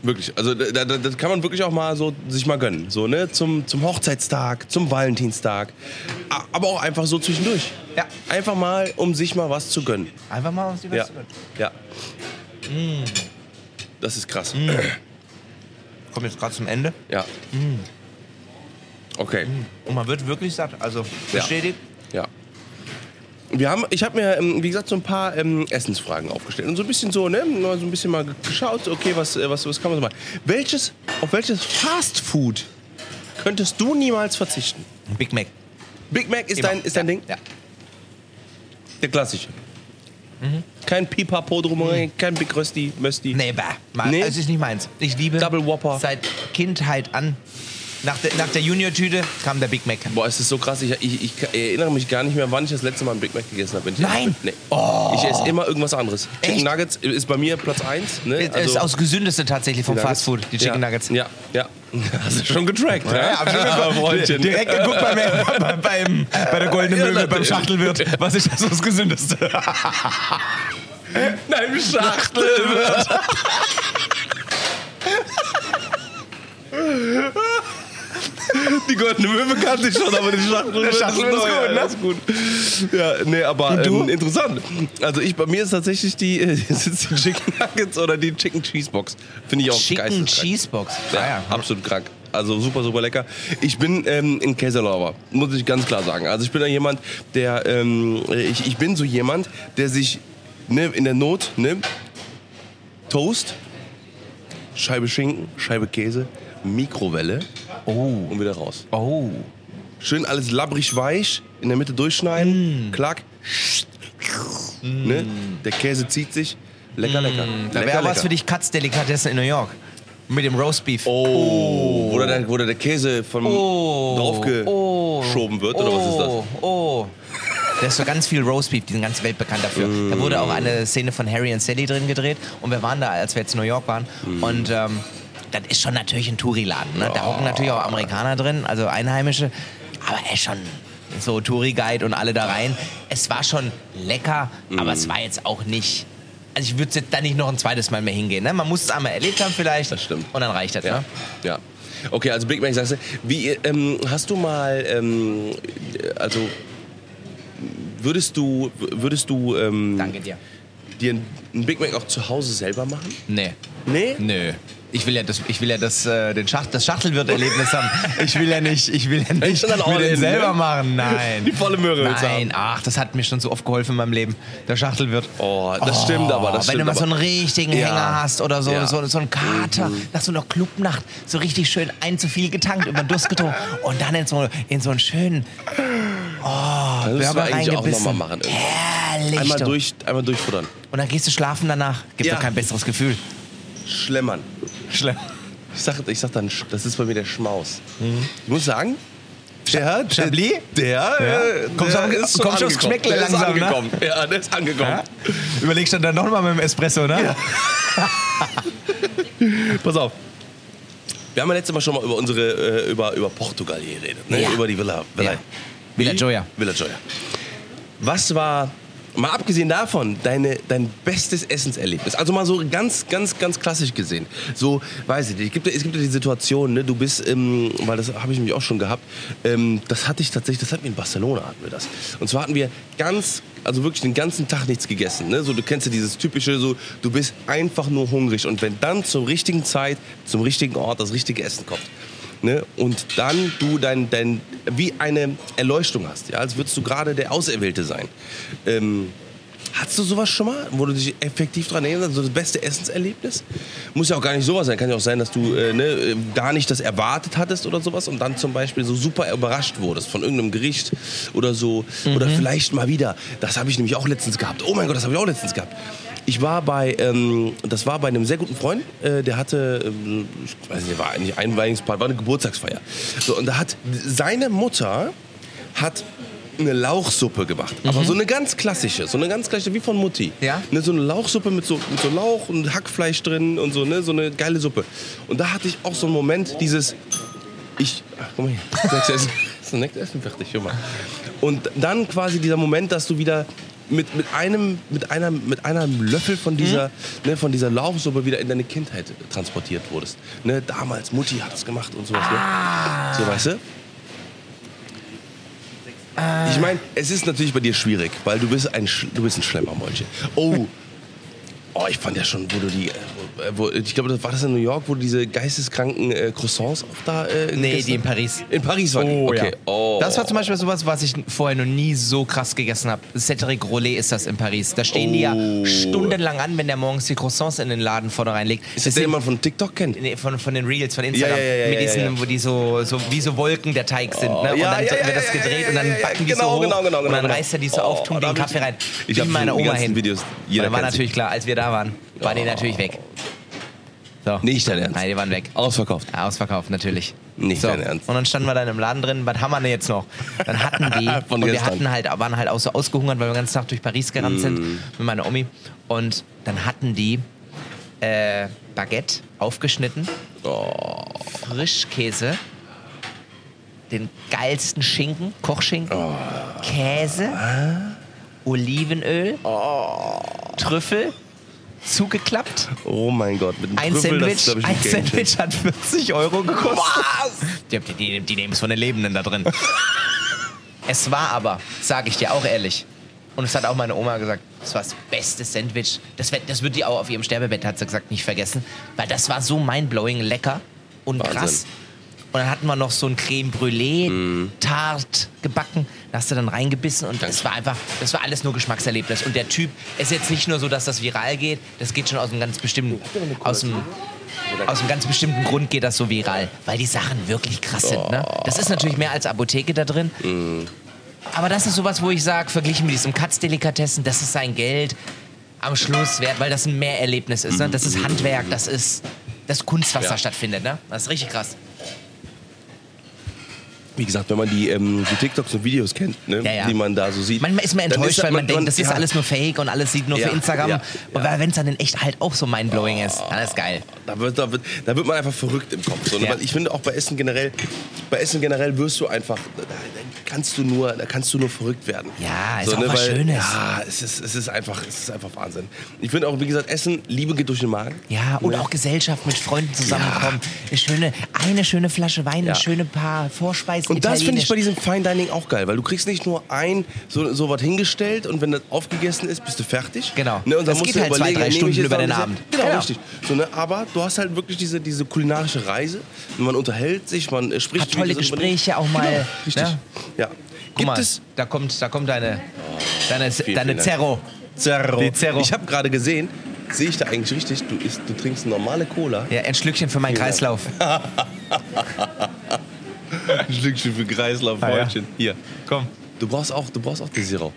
Wirklich, also da, da, das kann man wirklich auch mal so sich mal gönnen. So, ne? Zum, zum Hochzeitstag, zum Valentinstag. A- Aber auch einfach so zwischendurch.
Ja.
Einfach mal, um sich mal was zu gönnen.
Einfach mal uns die
Ja.
Weste gönnen. Mhm.
ja. Das ist krass.
Komm jetzt gerade zum Ende.
Ja.
Mm.
Okay.
Und man wird wirklich satt. Also bestätigt.
Ja. Wir haben, ich habe mir, ähm, wie gesagt, so ein paar ähm, Essensfragen aufgestellt. Und so ein bisschen so, ne? Mal so ein bisschen mal geschaut, okay, was, äh, was, was kann man so machen. Welches, auf welches Fast Food könntest du niemals verzichten?
Big Mac.
Big Mac ist
Immer.
dein, ist dein Ding?
Ja.
Der klassische. Mhm. Kein Pipapo drumherum, kein Big Rösti, Mösti.
Mhm. Nee, bah. Mal,
Nee?
Es ist nicht meins. Ich liebe
Double Whopper.
seit Kindheit an. Nach der, nach der Junior-Tüte kam der Big Mac.
Boah, es ist so krass. Ich, ich, ich erinnere mich gar nicht mehr, wann ich das letzte Mal einen Big Mac gegessen habe. wenn ich
Nein! Oh.
ehrlich bin. Nee. Ich esse immer irgendwas anderes. Chicken
Echt?
Nuggets ist bei mir Platz 1. Ne?
Äh, Es ist aus gesündeste tatsächlich vom
Nuggets.
Fast Food, die Chicken
ja.
Nuggets.
Ja, ja. Hast du schon getrackt, ne?
Ja, hab schon geguckt.
Freundchen.
Direkt geguckt bei, mir, bei, beim, bei der Goldenen Möwe, beim Schachtelwirt. Was ist das, das Gesündeste?
Nein, Schachtel wird. Die goldene Möwe kannte ich schon, aber die Schachtel wird
Schachtel wird ist
neu.
gut, ne?
Ja, ist gut. Ja, nee, aber
du?
ähm, interessant. Also ich, bei mir ist tatsächlich die, äh, sind's die Chicken Nuggets oder die Chicken Cheesebox. Finde ich auch
Chicken
geisteskrank.
Cheesebox.
Ja,
Ah ja.
absolut krank. Also super, super lecker. Ich bin ähm, ein Käselover, muss ich ganz klar sagen. Also ich bin da jemand, der, ähm, ich, ich bin so jemand, der sich ne, in der Not, ne, Toast, Scheibe Schinken, Scheibe Käse, Mikrowelle
Oh.
und wieder raus.
Oh.
Schön alles labbrig weich, in der Mitte
Mm.
durchschneiden, klack. Ne? Der Käse zieht sich. Lecker, lecker.
Mm. Da
lecker,
wäre was
lecker.
für dich Katz-Delikatessen in New York. Mit dem Roastbeef.
Oh, Oder dann wurde der Käse vom draufgeschoben wird oder was ist das?
Oh, oh. Da ist so ganz viel Roastbeef, die sind ganz weltbekannt dafür.
Äh.
Da wurde auch eine Szene von Harry und Sally drin gedreht. Und wir waren da, als wir jetzt in New York waren.
Hm.
Und ähm, das ist schon natürlich ein Touri-Laden. Ne? Da hocken natürlich auch Amerikaner drin, also Einheimische. Aber er ist schon so Touri-Guide und alle da rein. Es war schon lecker,
Hm.
aber es war jetzt auch nicht... Also ich würde jetzt da nicht noch ein zweites Mal mehr hingehen. Ne? Man muss es einmal erlebt haben vielleicht.
Das stimmt.
Und dann reicht das.
Ja.
Ne?
ja. Okay, also Big Mac sagst du, wie ähm, hast du mal ähm, also würdest du würdest du ähm,
Danke dir.
dir einen Big Mac auch zu Hause selber machen?
Nee.
Nee?
Nö. Ich will ja das, ich will ja das, äh, den Schacht, das Schachtelwirt-Erlebnis haben. Ich will ja nicht, ich will ja nicht
schon dann all
mir den
in,
selber
ne?
machen. Nein.
Die volle Möhre willst du
Nein, ach, das hat mir schon so oft geholfen in meinem Leben. Der Schachtelwirt.
Oh, das stimmt aber, das
wenn
stimmt
du mal
aber.
so einen richtigen
Ja.
Hänger hast oder so,
Ja. Mhm.
so, so einen Kater, nach so einer Clubnacht, so richtig schön ein zu viel getankt, über den Durst getrunken und dann in so, in so einen schönen
das müssen wir
Burger
eigentlich auch
reingebissen.
nochmal machen. irgendwie.
Herrlich.
Einmal
doch.
durch einmal durchfuttern.
Und dann gehst du schlafen danach. Gibt
Ja.
doch kein besseres Gefühl.
Schlemmern.
Schlimm.
Ich sag, ich sag dann, Sch- das ist bei mir der Schmaus. Ich muss sagen, der hat.
Chablis?
Der, äh,
Kommst du
der
am- kommst du aufs
angekommen.
Geschmäckle
Der ist
langsam, ne?
angekommen. Ja, der ist angekommen.
Überlegst du dann nochmal mit dem Espresso, ne?
Pass auf. Wir haben ja letztes Mal schon mal über unsere äh, über, über Portugal hier geredet, ne?
Ja.
über die Villa. Villa,
Ja. Villa Joya.
Hm? Villa Joya. Was war mal abgesehen davon deine dein bestes Essenserlebnis? Also mal so ganz ganz ganz klassisch gesehen. So weiß ich nicht. Es gibt ja- es gibt ja die Situation, ne? Du bist, ähm, weil das habe ich nämlich auch schon gehabt. Ähm, das hatte ich tatsächlich. Das hatten wir in Barcelona hatten wir das. Und zwar hatten wir ganz also wirklich den ganzen Tag nichts gegessen. Ne? So, du kennst ja dieses typische, so, du bist einfach nur hungrig. Und wenn dann zur richtigen Zeit, zum richtigen Ort das richtige Essen kommt. Ne? Und dann du dein, dein, wie eine Erleuchtung hast, ja? als würdest du gerade der Auserwählte sein. Ähm, Hast du sowas schon mal, wo du dich effektiv dran erinnerst, so das beste Essenserlebnis? Muss ja auch gar nicht sowas sein. Kann ja auch sein, dass du äh, ne, äh, gar nicht das erwartet hattest oder sowas und dann zum Beispiel so super überrascht wurdest von irgendeinem Gericht oder so. Oder vielleicht mal wieder. Das habe ich nämlich auch letztens gehabt. Oh mein Gott, das habe ich auch letztens gehabt. Ich war bei, ähm, das war bei einem sehr guten Freund, äh, der hatte, ähm, ich weiß nicht, war nicht ein Weihnachtsparty, war eine Geburtstagsfeier. So, und da hat seine Mutter hat eine Lauchsuppe gemacht. Aber so eine ganz klassische, so eine ganz klassische, wie von Mutti.
Ja.
Ne, so eine Lauchsuppe mit so, mit so Lauch und Hackfleisch drin und so, ne, so eine geile Suppe. Und da hatte ich auch so einen Moment, dieses, ich, ach, guck mal hier, Snacks essen. Snacks essen fertig, schon mal. Und dann quasi dieser Moment, dass du wieder mit, mit einem, mit einer, mit einem Löffel von dieser, ne, von dieser Lauchsuppe wieder in deine Kindheit transportiert wurdest. Ne, damals, Mutti hat das gemacht und sowas, ne? So, weißt du? Ich meine, es ist natürlich bei dir schwierig, weil du bist ein, Sch du bist ein Schlemmermäulchen. Oh. Oh, ich fand ja schon, wo du die, äh, wo, ich glaube, das war das in New York, wo du diese geisteskranken äh, Croissants auch da. Äh,
Nee,
gegessen
die in
hast?
Paris.
In Paris waren
Oh,
die.
ja.
Okay. Oh.
Das war zum Beispiel sowas, was ich vorher noch nie so krass gegessen habe. Cedric Rollet ist das in Paris. Da stehen die
Oh.
ja stundenlang an, wenn der morgens die Croissants in den Laden vorne reinlegt.
ist das der, den man von TikTok kennt?
Nee, von, von den Reels, von Instagram,
Ja, ja, ja, ja,
mit diesen,
ja, ja.
wo die so, so wie so Wolken der Teig sind. Ne? Und
ja,
dann
ja, ja,
wird das
ja,
gedreht
ja,
und
ja,
dann
ja,
packen die
genau,
so hoch
genau, genau,
und dann
genau.
reißt er die so auf, tun
Oh,
die
da
in den
hab
Kaffee
ich-
rein.
ich
Wie
hab schon
meiner
die
Oma
ganzen
hin.
Videos. Jeder
dann war
kennt sie. Oh.
natürlich klar, als wir da waren, waren die natürlich weg. So.
Nicht dein Ernst.
Nein, die waren weg.
Ausverkauft.
Ja, ausverkauft, natürlich.
Nicht dein Ernst.
Und dann standen wir dann im Laden drin, was haben wir denn jetzt noch? Dann hatten die,
Von
und wir
gestern.
hatten halt, waren halt auch so ausgehungert, weil wir den ganzen Tag durch Paris gerannt sind
Mm.
mit meiner Omi. Und dann hatten die äh, Baguette aufgeschnitten,
Oh.
Frischkäse, den geilsten Schinken, Kochschinken,
Oh.
Käse, Olivenöl, Trüffel, zugeklappt.
Oh mein Gott, mit einem
Ein
Trüffel, das
Sandwich,
ist, glaub ich, ein
ein
Game Changer.
Sandwich hat 40 Euro gekostet. Was? Die, die, die, die nehmen es von den Lebenden da drin. es war aber, sage ich dir auch ehrlich, und es hat auch meine Oma gesagt, das war das beste Sandwich. Das, wird- das wird die auch auf ihrem Sterbebett, hat sie gesagt, nicht vergessen. Weil das war so mindblowing lecker und
Wahnsinn.
krass. Und dann hatten wir noch so ein Creme Brûlée, Tart gebacken. Da hast du dann reingebissen und das war einfach, das war alles nur Geschmackserlebnis. Und der Typ ist jetzt nicht nur so, dass das viral geht, das geht schon aus einem ganz bestimmten, aus einem, aus einem ganz bestimmten Grund geht das so viral, weil die Sachen wirklich krass sind. Ne? Das ist natürlich mehr als Apotheke da drin. Aber das ist sowas, wo ich sage, verglichen mit diesem Katz-Delikatessen, das ist sein Geld am Schluss wert, weil das ein Mehrerlebnis ist. Ne? Das ist Handwerk, das ist das Kunst, was
Mhm, Ja.
da stattfindet. Ne? Das ist richtig krass.
Wie gesagt, wenn man die, ähm, die TikToks und Videos kennt, ne,
Ja, ja.
die man da so sieht.
Manchmal ist man
dann
enttäuscht,
das-
weil man, denkt, das ist
ja.
alles nur Fake und alles sieht nur
Ja,
für Instagram.
ja, Oh.
Und wenn es dann in echt halt auch so mindblowing ist, dann ist geil.
Da wird, da, wird, da wird man einfach verrückt im Kopf. So, ne?
Ja.
Weil ich finde auch bei Essen generell, bei Essen generell wirst du einfach, da, da kannst du nur, da kannst du nur verrückt werden. ne,
Ja, ist auch was Schönes.
Ja, es ist, es ist einfach, es ist einfach Wahnsinn. Ich finde auch, wie gesagt, Essen, Liebe geht durch den Magen.
Ja, und
Ne?
auch Gesellschaft mit Freunden zusammenkommen. Eine, schöne, eine schöne Flasche Wein,
Ja.
ein schöne paar Vorspeisen.
Und das finde ich bei
italienisch.
diesem Fine Dining auch geil, weil du kriegst nicht nur ein so, so was hingestellt und wenn das aufgegessen ist, bist du fertig.
Genau.
Ne, und
Das
dann musst
geht
du
halt zwei,
überlegen,
drei
nehme ich
Stunden
jetzt
über
noch
den
diese-
Abend.
Genau,
Genau.
richtig. So, ne, aber du hast halt wirklich diese, diese kulinarische Reise. Man unterhält sich, man äh, spricht.
Hat tolle
über-
Gespräche auch mal,
Genau, richtig.
ne?
Ja.
Guck
Gibt
mal,
es
da kommt, da kommt deine, deine,
vielen
deine
Dank.
Zerro.
Zerro?
Die Zerro.
Ich habe gerade gesehen, sehe ich da eigentlich richtig? Du isst, du trinkst normale Cola.
Ja, ein Schlückchen für meinen
Vielen Dank.
Kreislauf.
Ein Stückchen für Kreislauf,
Ah, ja.
Freundchen. Hier.
Komm.
Du brauchst auch, du brauchst auch den Zero.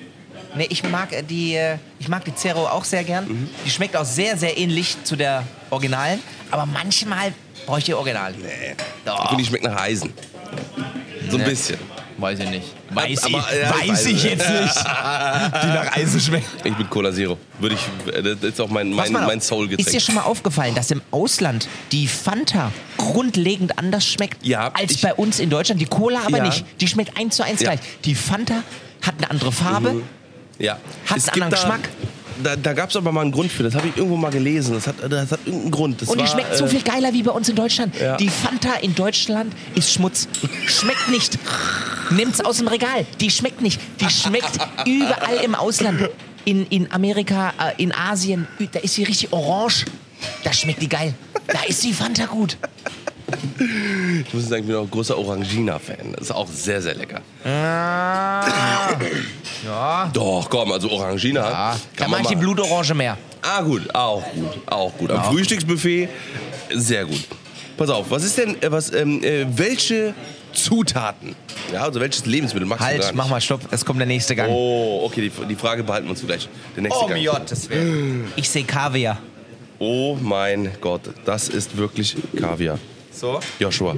Nee, ich mag äh, die, äh, ich mag die Zero auch sehr gern. Die schmeckt auch sehr, sehr ähnlich zu der Originalen. Aber manchmal brauche ich die Original. Nee.
Ich finde, die schmeckt nach Eisen. So ein
Ah. Ne.
bisschen.
Weiß ich nicht.
Weiß ich- weiß ich jetzt
nicht. Die nach Eisen schmeckt.
Ich bin Cola Zero. Würde ich, äh, das ist auch mein, mein, mein Soul-Getränk.
Ist dir schon mal aufgefallen, dass im Ausland die Fanta grundlegend anders schmeckt
Ja,
als
ich-
bei uns in Deutschland? Die Cola aber
Ja.
nicht. Die schmeckt eins zu eins
Ja. Mhm.
gleich. Die Fanta hat eine andere Farbe.
Ja.
Hat
Es
einen
gibt
anderen
da,
Geschmack.
Da, da gab es aber mal einen Grund für. Das habe ich irgendwo mal gelesen. Das hat, das hat irgendeinen Grund. Das
Und
war,
die schmeckt
äh,
so viel geiler wie bei uns in Deutschland.
Ja.
Die Fanta in Deutschland ist Schmutz. Schmeckt nicht.
Nimmt's aus dem Regal. Die schmeckt nicht. Die schmeckt überall im Ausland. In, in Amerika, äh, in Asien, Ü- da ist sie richtig orange. Da schmeckt die geil. Da ist die Fanta gut.
Ich muss sagen, ich bin auch ein großer Orangina-Fan. Das ist auch sehr, sehr lecker.
Ah.
Doch, komm, also Orangina.
Da
kann
mag
man
ich die
mal-
Blutorange mehr.
Ah, gut, auch gut, auch gut. Am Frühstücksbuffet, sehr gut. Pass auf, was ist denn, äh, was, ähm, äh, welche Zutaten? Ja, also welches Lebensmittel magst du
Halt,
gar
mach
nicht?
mal Stopp, es kommt der nächste Gang.
Oh, um okay, die, die Frage behalten wir uns gleich. Der nächste
Oh,
Gang.
mein Gott, das wäre. Ich sehe Kaviar.
Oh mein Gott, das ist wirklich Kaviar.
So?
Joshua.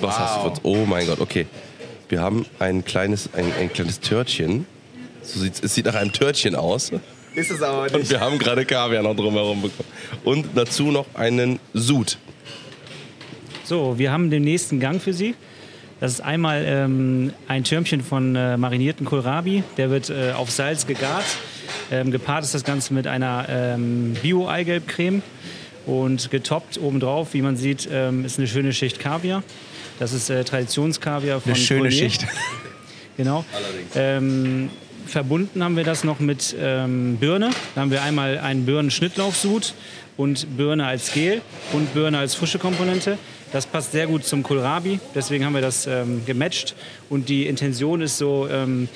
Was hast du von Oh mein Gott, okay. Wir haben ein kleines, ein, ein kleines Törtchen. So sieht's, es sieht nach einem Törtchen aus.
Ist es aber
Und wir haben gerade Kaviar noch drumherum bekommen. Und dazu noch einen Sud.
So, wir haben den nächsten Gang für Sie. Das ist einmal ähm, ein Türmchen von äh, marinierten Kohlrabi. Der wird äh, auf Salz gegart. Ähm, gepaart ist das Ganze mit einer ähm, Bio-Eigelbcreme. Und getoppt obendrauf, wie man sieht, ähm, ist eine schöne Schicht Kaviar. Das ist äh, Traditionskaviar von
Eine schöne
Collier.
Schicht.
Genau. Ähm, verbunden haben wir das noch mit ähm, Birne. Da haben wir einmal einen Birnen-Schnittlauchsud und Birne als Gel und Birne als frische Komponente. Das passt sehr gut zum Kohlrabi, deswegen haben wir das ähm, gematcht. Und die Intention ist so, ähm,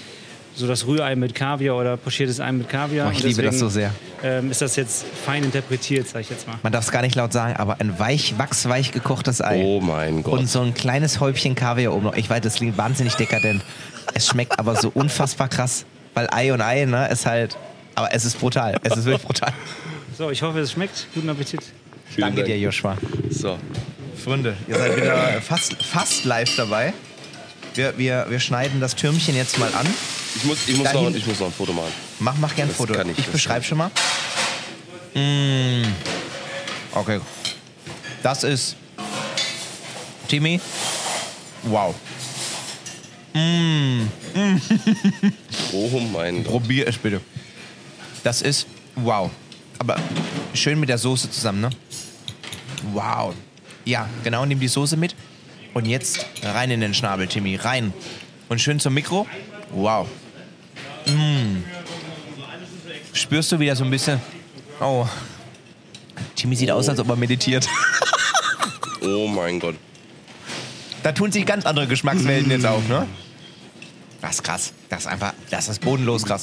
so das Rührei mit Kaviar oder pochiertes Ei mit Kaviar.
Oh, ich
Und
liebe das
deswegen,
so sehr.
Ähm, ist das jetzt fein interpretiert, sag ich jetzt mal.
Man darf es gar nicht laut sagen, aber ein weich, wachsweich gekochtes Ei.
Oh mein Gott.
Und so ein kleines Häubchen Kaviar oben noch. Ich weiß, das klingt wahnsinnig dekadent. Es schmeckt aber so unfassbar krass. Weil Ei und Ei, ne, ist halt. Aber es ist brutal. Es ist wirklich brutal.
So, ich hoffe, es schmeckt. Guten Appetit.
Vielen
Danke
Dank.
dir, Joshua.
So.
Freunde, ihr seid wieder fast, fast live dabei. Wir, wir, wir schneiden das Türmchen jetzt mal an.
Ich muss, ich, muss
Dahin-
noch, ich muss noch ein Foto machen.
Mach, mach gern ein
Das
Foto.
kann ich,
ich
das
beschreibe schon mal. Mm. Okay. Das ist Timmy. Wow.
Oh mein Gott.
Probier es bitte. Das ist wow. Aber schön mit der Soße zusammen, ne? Wow. Ja, genau, nimm die Soße mit. Und jetzt rein in den Schnabel, Timmy, rein. Und schön zum Mikro. Wow. Mm. Spürst du wieder so ein bisschen. Oh. Timmy sieht aus, als ob er meditiert.
Oh mein Gott.
Da tun sich ganz andere Geschmackswelten jetzt auf, ne? Das ist krass. Das ist einfach, das ist bodenlos krass.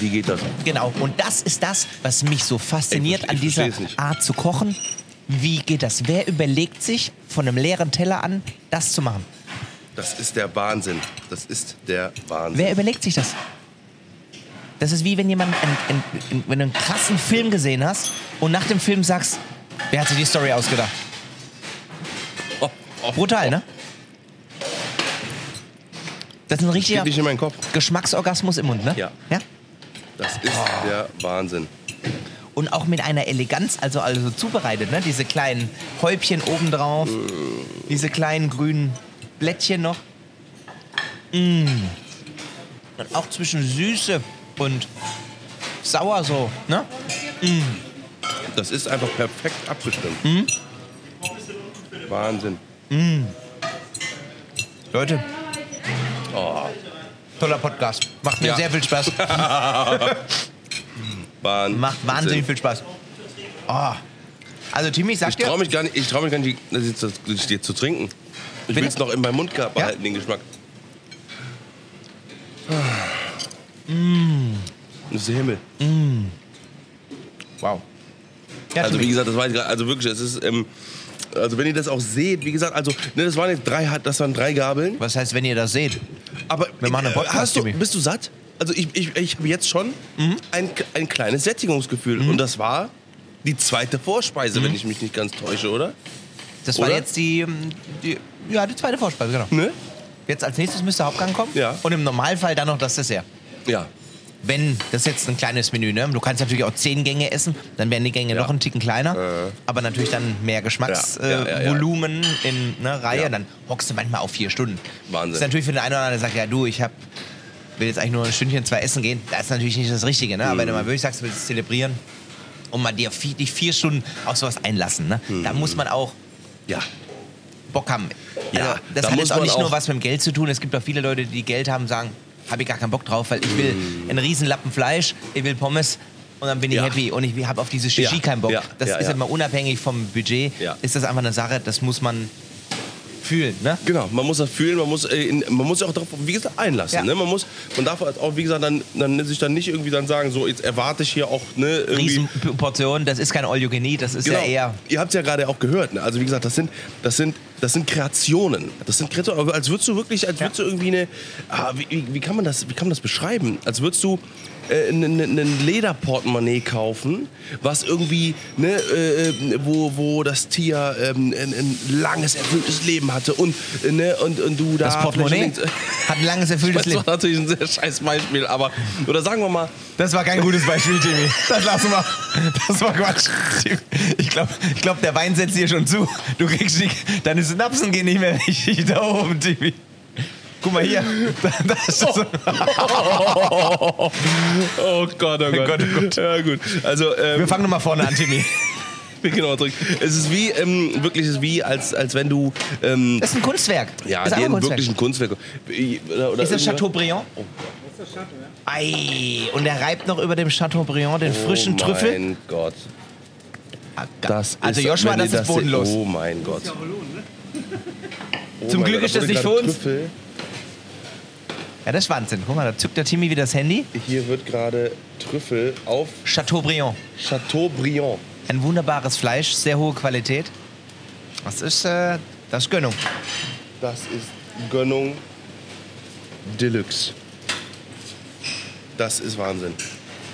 Wie geht das?
Genau, und das ist das, was mich so fasziniert
Ich verste-
an
ich
dieser
versteh's nicht.
Art zu kochen. Wie geht das? Wer überlegt sich von einem leeren Teller an, das zu machen?
Das ist der Wahnsinn. Das ist der Wahnsinn.
Wer überlegt sich das? Das ist wie wenn jemand, ein, ein, ein, wenn du einen krassen Film gesehen hast und nach dem Film sagst, wer hat sich die Story ausgedacht?
Oh, oh,
Brutal,
oh.
ne? Das ist ein
Geht
richtiger
nicht in meinen Kopf.
Geschmacksorgasmus im Mund, ne?
Ja.
ja?
Das ist der Wahnsinn.
Und auch mit einer Eleganz, also, also zubereitet, ne? Diese kleinen Häubchen obendrauf, diese kleinen grünen Blättchen noch. Mm. Und auch zwischen Süße und Sauer so, ne?
Das ist einfach perfekt abgestimmt.
Hm?
Wahnsinn.
Leute,
Oh,
toller Podcast. Macht mir
Ja.
sehr viel Spaß.
Wahnsinn.
Macht wahnsinnig viel Spaß. Oh. Also Timmy, ich sag
Ich traue
dir,
mich gar nicht, ich trau mich gar nicht das jetzt- das dir zu trinken. Ich will es noch in meinem Mund gehabt behalten, den Geschmack.
Mmh.
Das ist der Himmel.
wow. Ja,
Also
Timmy.
wie gesagt, das weiß ich gar Also wirklich, es ist. Ähm, also wenn ihr das auch seht, wie gesagt, also ne, das waren jetzt drei, das waren drei Gabeln.
was heißt, wenn ihr das seht?
Aber
Wir machen einen
äh,
Podcast, Mhm.
hast du,
Jimmy.
bist du satt? Also ich, ich, ich habe jetzt schon ein, ein kleines Sättigungsgefühl
Mhm.
und das war die zweite Vorspeise, wenn ich mich nicht ganz täusche, oder?
Das war
Oder?
jetzt die, ähm, die, ja, die zweite Vorspeise, genau.
Ne?
Jetzt als nächstes müsste Hauptgang kommen.
Ja.
Und im Normalfall dann noch das Dessert.
Ja.
Wenn, das ist jetzt ein kleines Menü, ne? Du kannst natürlich auch zehn Gänge essen, dann werden die Gänge noch ein Ticken kleiner. Aber natürlich dann
Ja, Äh. ja, ja, ja.
mehr Geschmacksvolumen in ne, Reihe.
Ja.
Dann hockst du manchmal auf vier Stunden.
Wahnsinn.
ist natürlich für den einen oder anderen, der sagt, ja du, ich hab, will jetzt eigentlich nur ein Stündchen, zwei essen gehen. Das ist natürlich nicht das Richtige, ne? Aber
Mhm.
wenn du mal wirklich sagst, du willst es zelebrieren
Mhm.
und mal dir vier, dich vier Stunden auf sowas einlassen, ne? Da muss man auch
Ja.
Bock haben.
Ja,
also, das
da
hat
muss
jetzt auch
man
nicht nur
auch-
was mit dem Geld zu tun. Es gibt auch viele Leute, die Geld haben, sagen, habe ich gar keinen Bock drauf, weil ich will einen riesen Lappen Fleisch, ich will Pommes und dann bin ich
Mm. Ja.
happy und ich habe auf diese Shishi
Ja,
keinen Bock.
ja,
Das
ja,
ist
ja.
immer unabhängig vom Budget.
Ja.
Ist das einfach eine Sache, das muss man fühlen, ne?
Genau, man muss das fühlen, man muss, äh, in, man muss sich auch darauf, wie gesagt, einlassen.
Ja.
Ne? Man, muss, man darf halt auch, wie gesagt, dann, dann sich dann nicht irgendwie dann sagen, so jetzt erwarte ich hier auch ne, irgendwie. Genau.
Riesenportionen, das ist kein All You Can Eat, das ist ja eher
Ihr habt es ja gerade auch gehört. Ne? Also wie gesagt, das sind, das sind, das sind Kreationen. Das sind Kreationen. aber Als würdest du wirklich, als würdest du irgendwie eine. Ah, wie, wie, wie kann man das? Wie kann man das beschreiben? Als würdest du äh, ne- ne- ne- ein Lederportemonnaie kaufen, was irgendwie, ne, äh, äh, wo, wo das Tier ähm, ein, ein langes, erfülltes Leben hatte und, äh, ne, und, und du da
das Portemonnaie.
vielleicht links-
Hat ein langes, erfülltes
Das
Leben.
war natürlich ein sehr scheiß Beispiel, aber oder sagen wir mal,
Das war kein gutes Beispiel, Jimmy. Das lassen wir. Das war Quatsch. Ich glaube, ich glaub, der Wein setzt dir schon zu. Du kriegst die, deine Synapsen gehen nicht mehr richtig da oben, Jimmy. Guck mal hier. Da, da ist das.
Oh Gott, oh Gott.
Gott, oh Gott.
Ja, gut. Also, ähm,
Wir fangen nochmal vorne an, Jimmy.
wir gehen nochmal zurück. Es ist wie, ähm, wirklich, es ist wie, als, als wenn du, ähm,
Das ist ein Kunstwerk.
ja,
das ist
dir ein
auch ein Kunstwerk.
wirklich ein Kunstwerk. Äh, Oder, oder
Ist das
irgendwas-
Chateaubriand? Oh Gott. Ei, und er reibt noch über dem Chateaubriand den frischen
oh
Trüffel.
Mein Gott.
Ah, ga-
Das
also
ist,
Joshua,
wenn
das
ihr
ist bodenlos.
Oh mein Gott. Oh
Zum
mein
Glück
Gott,
ist das
wurde
nicht
gerade
für uns.
Trüffel.
Ja, das ist Wahnsinn. Guck mal, da zückt der Timmy wieder das Handy.
Hier wird gerade Trüffel auf
Chateaubriand.
Chateaubriand.
Ein wunderbares Fleisch, sehr hohe Qualität. Das ist, äh, das ist Gönnung.
Also Das ist Gönnung Deluxe. Das ist Wahnsinn.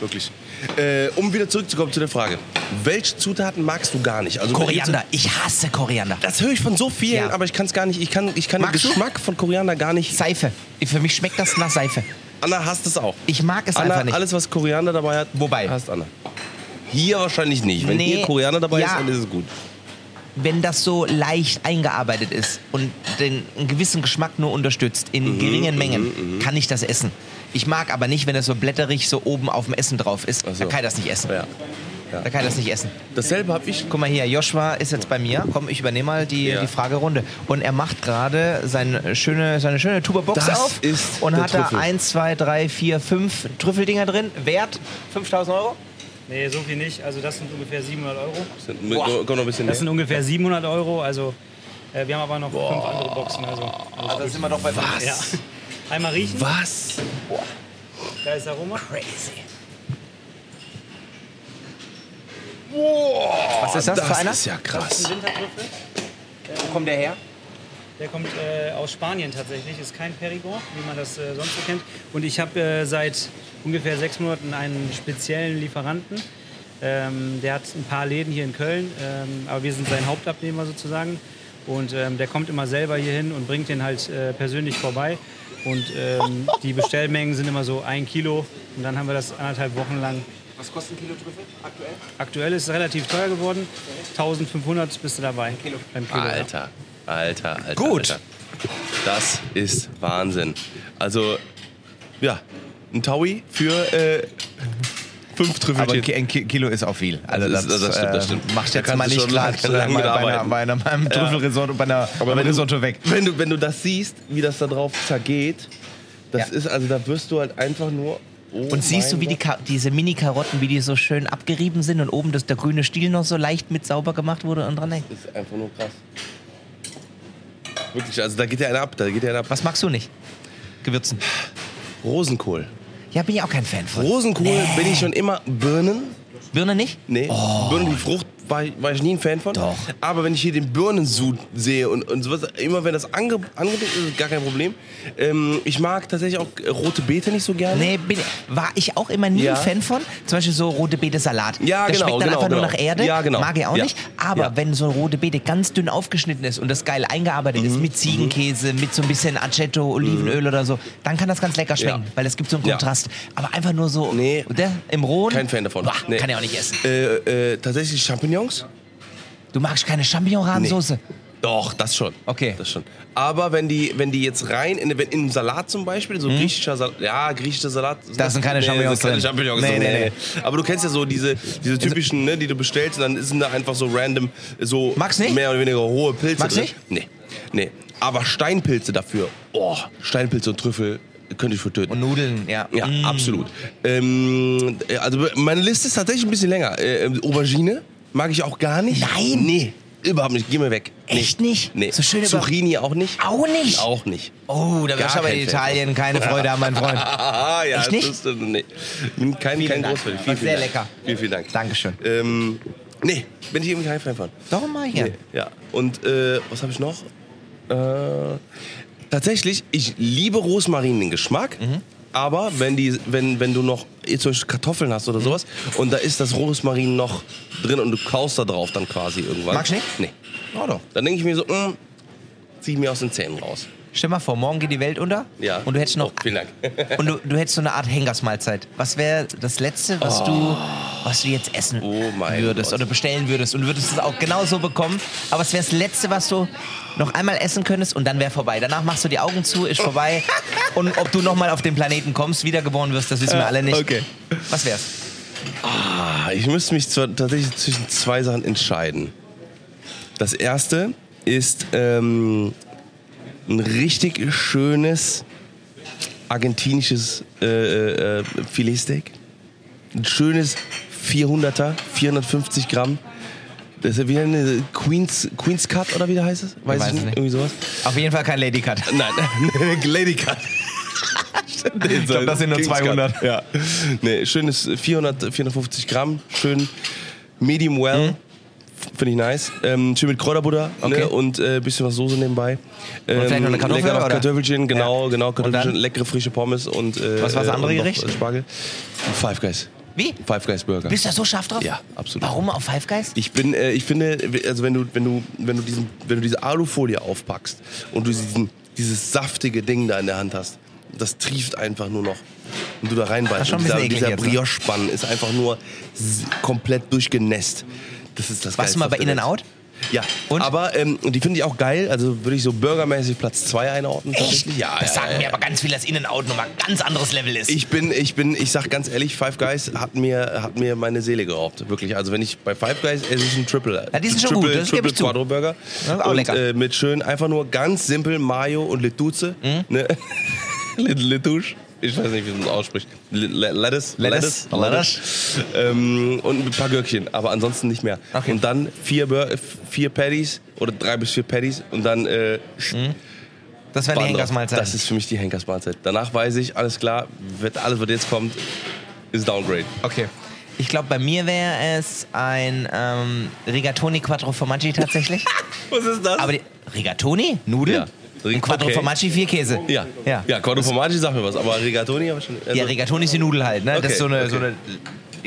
Wirklich. Äh, um wieder zurückzukommen zu der Frage. Welche Zutaten magst du gar nicht? Also
Koriander, ich hasse Koriander.
Das höre ich von so vielen,
Ja.
aber ich kann es gar nicht. Ich kann, ich kann den
Magst du?
Geschmack von Koriander gar nicht.
Seife. Für mich schmeckt das nach Seife.
Anna hasst es auch.
Ich mag es
Anna,
einfach nicht.
alles, was Koriander dabei hat,
Wobei-
hasst Anna. Hier wahrscheinlich nicht. Wenn
Nee,
hier Koriander dabei
ja.
ist, dann ist es gut.
Wenn das so leicht eingearbeitet ist und den einen gewissen Geschmack nur unterstützt,
Mhm,
in geringen Mengen, kann ich das essen. Ich mag aber nicht, wenn das so blätterig so oben auf dem Essen drauf ist.
so.
Da kann ich das nicht essen.
Ja.
Da kann ich das nicht essen.
Dasselbe habe ich.
Guck mal hier, Joshua ist jetzt bei mir. Komm, ich übernehme mal die,
Ja.
die Fragerunde. Und er macht gerade seine schöne, seine schöne Tuba-Box
Das
auf.
ist
und
der
hat da
Trüffel.
1, 2, 3, 4, 5 Trüffeldinger drin. Wert 5000 Euro.
Nee, so viel nicht. Also das sind ungefähr 700 Euro.
Komm noch ein bisschen
Das sind
näher.
ungefähr 700 Euro. Also äh, wir haben aber noch fünf andere Boxen. Also, alles
Ah, Da
gut.
sind wir doch bei was.
ja. Einmal riechen.
Was?
Da ist Aroma.
Was ist das, für einer?
ist ja krass.
Wintertrüffel.
Wo kommt der her?
Der kommt äh, aus Spanien tatsächlich, ist kein Perigord, wie man das äh, sonst so kennt. Und ich habe äh, seit ungefähr sechs Monaten einen speziellen Lieferanten. Ähm, der hat ein paar Läden hier in Köln, ähm, aber wir sind sein Hauptabnehmer sozusagen. Und ähm, der kommt immer selber hier hin und bringt den halt äh, persönlich vorbei. Und ähm, die Bestellmengen sind immer so ein Kilo. Und dann haben wir das anderthalb Wochen lang.
Was kostet ein Kilo Trüffel aktuell?
Aktuell ist es relativ teuer geworden. 1500 bist du dabei. Beim Kilo, ja.
Alter, alter, alter.
Gut.
Alter. Das ist Wahnsinn. Also, ja, ein Taui für äh, fünf
Aber
Trüffelchen.
ki- ein Ki- Kilo ist auch viel. Also
Das
das,
ist- das stimmt, das stimmt.
Äh, macht
Da
jetzt
kannst
mal
du
nicht
schon
klar
lange-
bei,
lange
bei,
mit
einer,
arbeiten.
bei einer, beim Trüffelresort und bei einer
Aber
beim
wenn du-
Risotto weg.
Wenn du, wenn du das siehst, wie das da drauf zergeht, das
Ja.
ist, also da wirst du halt einfach nur. oh
Und siehst du,
mein
wie die
Gott.
Ka diese Mini-Karotten, wie die so schön abgerieben sind und oben das, der grüne Stiel noch so leicht mit sauber gemacht wurde und dran hängt?
Das ist einfach nur krass. Wirklich, also da geht ja einer ab, da geht ja einer ab.
Was magst du nicht? Gewürzen.
Rosenkohl.
Ja, bin ich auch kein Fan von.
Rosenkohl bin ich schon immer Birnen.
Birne nicht?
Nee, Birnen, die Frucht war, ich- war ich nie ein Fan von.
Oh. Doch.
Aber wenn ich hier den Birnensud sehe und, und sowas, immer wenn das ange angebracht ist, ist gar kein Problem. Ähm, ich mag tatsächlich auch äh, rote Beete nicht so gerne.
Nee, bin, war ich auch immer nie
Ja.
ein Fan von. Zum Beispiel so rote Beete-Salat.
Ja,
der
genau,
schmeckt dann
genau,
einfach nur
genau.
nach Erde.
Ja, genau.
Mag ich auch
Ja.
nicht. Aber
Ja.
wenn so ein rote Beete ganz dünn aufgeschnitten ist und das geil
Mhm.
eingearbeitet ist mit Ziegenkäse, mit so ein bisschen Aceto, Olivenöl oder so, dann kann das ganz lecker schmecken,
Ja.
weil es gibt so einen
Ja.
Kontrast. Aber einfach nur so
Nee.
der, im Rohen.
Kein Fan davon.
Boah,
Nee.
Kann ich auch nicht essen.
Äh, äh, tatsächlich Champignons?
Du magst keine Champignon-Rahmensoße.
Doch, das schon.
Okay.
Das schon. Aber wenn die, wenn die jetzt rein, in, wenn in Salat zum Beispiel, so griechischer Salat, ja, griechischer Salat.
Hm? Da sind keine
da
Champignons
sind keine
drin.
Champignons
Nee,
drin.
nee, Also-
Nee, nee. Aber du kennst ja so diese, diese typischen, ne, die du bestellst und dann ist da einfach so random, so
Magst nicht?
mehr oder weniger hohe Pilze
Magst
drin.
nicht?
Nee, nee. Aber Steinpilze dafür, oh, Steinpilze und Trüffel könnte ich für töten.
Und Nudeln, ja. Mm.
Ja, absolut. Ähm, also meine Liste ist tatsächlich ein bisschen länger. Äh, Aubergine mag ich auch gar nicht. Nein? Nee, überhaupt nicht. Geh mir weg.
Echt nicht?
Nee.
So schöne Über-
Zucchini auch nicht?
Auch nicht?
Auch nicht.
Oh, da
Gar
wirst du aber
kein
in
Fan.
Italien keine Freude haben, mein Freund.
Ah, ja,
Echt nicht?
Das ist, äh, nee. Bin kein, kein
Vielen Dank.
Großfan.
War
Vielen, vielen
sehr
Dank.
lecker.
Vielen, vielen Dank.
Dankeschön.
Ähm, nee, bin ich irgendwie kein Fan von.
Doch mal hier.
Nee, ja. Und äh, was habe ich noch? Äh, tatsächlich, ich liebe Rosmarin den Geschmack.
Mhm.
Aber wenn, die, wenn, wenn du noch eh, zum Beispiel Kartoffeln hast
Mhm.
oder sowas und da ist das Rosmarin noch drin und du kaust da drauf dann quasi irgendwann.
Magst du nicht?
Nee.
Oh doch.
Dann denke ich mir so, mh, zieh ich mir aus den Zähnen raus.
Stell mal vor, morgen geht die Welt unter.
Ja.
Und du hättest noch.
Oh, vielen Dank.
Und du, du hättest so eine Art Hengersmahlzeit. Was wäre das Letzte, was du, was du jetzt essen
Oh mein
würdest
Gott.
oder bestellen würdest und würdest es auch genauso bekommen? Aber es wäre das Letzte, was du noch einmal essen könntest und dann wäre vorbei. Danach machst du die Augen zu, ist vorbei. und ob du nochmal auf den Planeten kommst, wiedergeboren wirst, das wissen wir alle nicht.
Äh, okay.
Was wär's?
Ah, ich müsste mich zwar tatsächlich zwischen zwei Sachen entscheiden. Das erste ist ähm, ein richtig schönes argentinisches äh, äh, Filetsteak. Ein schönes 400er, 450 Gramm. Das ist ja wieder eine Queen's, Queen's Cut oder wie der heißt es? Weiß, ich
Weiß ich
nicht.
nicht.
Irgendwie sowas.
Auf jeden Fall kein Lady Cut.
Nein, Lady Cut. ich
glaub, das sind nur 200.
Ja. Nee, schönes 400, 450 Gramm, schön medium well. Finde ich nice. Ähm, schön mit Kräuterbutter
Hm? Okay.
ne? und ein äh, bisschen was Soße nebenbei. Ähm,
vielleicht noch eine Kartoffel,
lecker noch
oder?
Kartoffelchen, genau,
Ja.
genau. Kartoffelchen,
dann?
leckere frische Pommes und. Äh,
Was war das
äh,
andere
und noch
Gericht?
Spargel. Five Guys.
Wie?
Five Guys Burger.
Bist du da so scharf drauf?
Ja, absolut.
Warum auf Five Guys?
Ich bin, äh, ich finde, also wenn du, wenn du, wenn du diesen, wenn du diese Alufolie aufpackst und du diesen, dieses saftige Ding da in der Hand hast, das trieft einfach nur noch. Und du da
Das ist
reinbeißt.
schon
Und
ein bisschen
dieser
eklig
dieser
jetzt, ne?
Brioche-Bann ist einfach nur s- komplett durchgenässt. Das ist das
Warst
Geilste
du mal
auf
bei
der Welt.
In-N-Out?
Ja,
Und?
aber ähm, und die finde ich auch geil. Also würde ich so bürgermäßig Platz 2 einordnen.
Echt?
tatsächlich. Ja,
das
ja,
sagen
ja,
mir aber ganz viel, dass Innen-Out nochmal ein ganz anderes Level ist.
ich bin, ich bin, ich sag ganz ehrlich, Five Guys hat mir, hat mir meine Seele geraubt, wirklich. Also wenn ich bei Five Guys, es ist ein Triple,
Ja, die sind schon
Triple,
gut, das gebe
Triple
ich zu.
Quadro Burger
Ja, auch
und
lecker.
Äh, mit schön einfach nur ganz simpel Mayo und Lettuce,
Mhm.
ne? Le- Lettuche. Ich weiß nicht, wie man es ausspricht. Le- Le- Lettuce,
Lettuce,
Ähm, und ein paar Gürkchen, aber ansonsten nicht mehr.
Okay.
Und dann vier, Bur vier Patties oder drei bis vier Patties und dann äh,
das wäre die
Bahn drauf.
Henkersmahlzeit.
Das ist für mich die Henkersmahlzeit. Danach weiß ich, alles klar, wird alles, was jetzt kommt, ist Downgrade.
Okay. Ich glaube, bei mir wäre es ein ähm, Rigatoni Quattro Formaggi tatsächlich.
Was ist das?
Aber die, Rigatoni? Nudeln?
Ja.
Und Quattro
Okay.
Formaggi, vier Käse.
ja.
Ja,
Ja, ja Cordon Formaggi sagt mir was, aber Rigatoni habe ich schon. also-
Ja, Rigatoni ist die Nudel halt. Ne? das ist so eine,
Okay,
so eine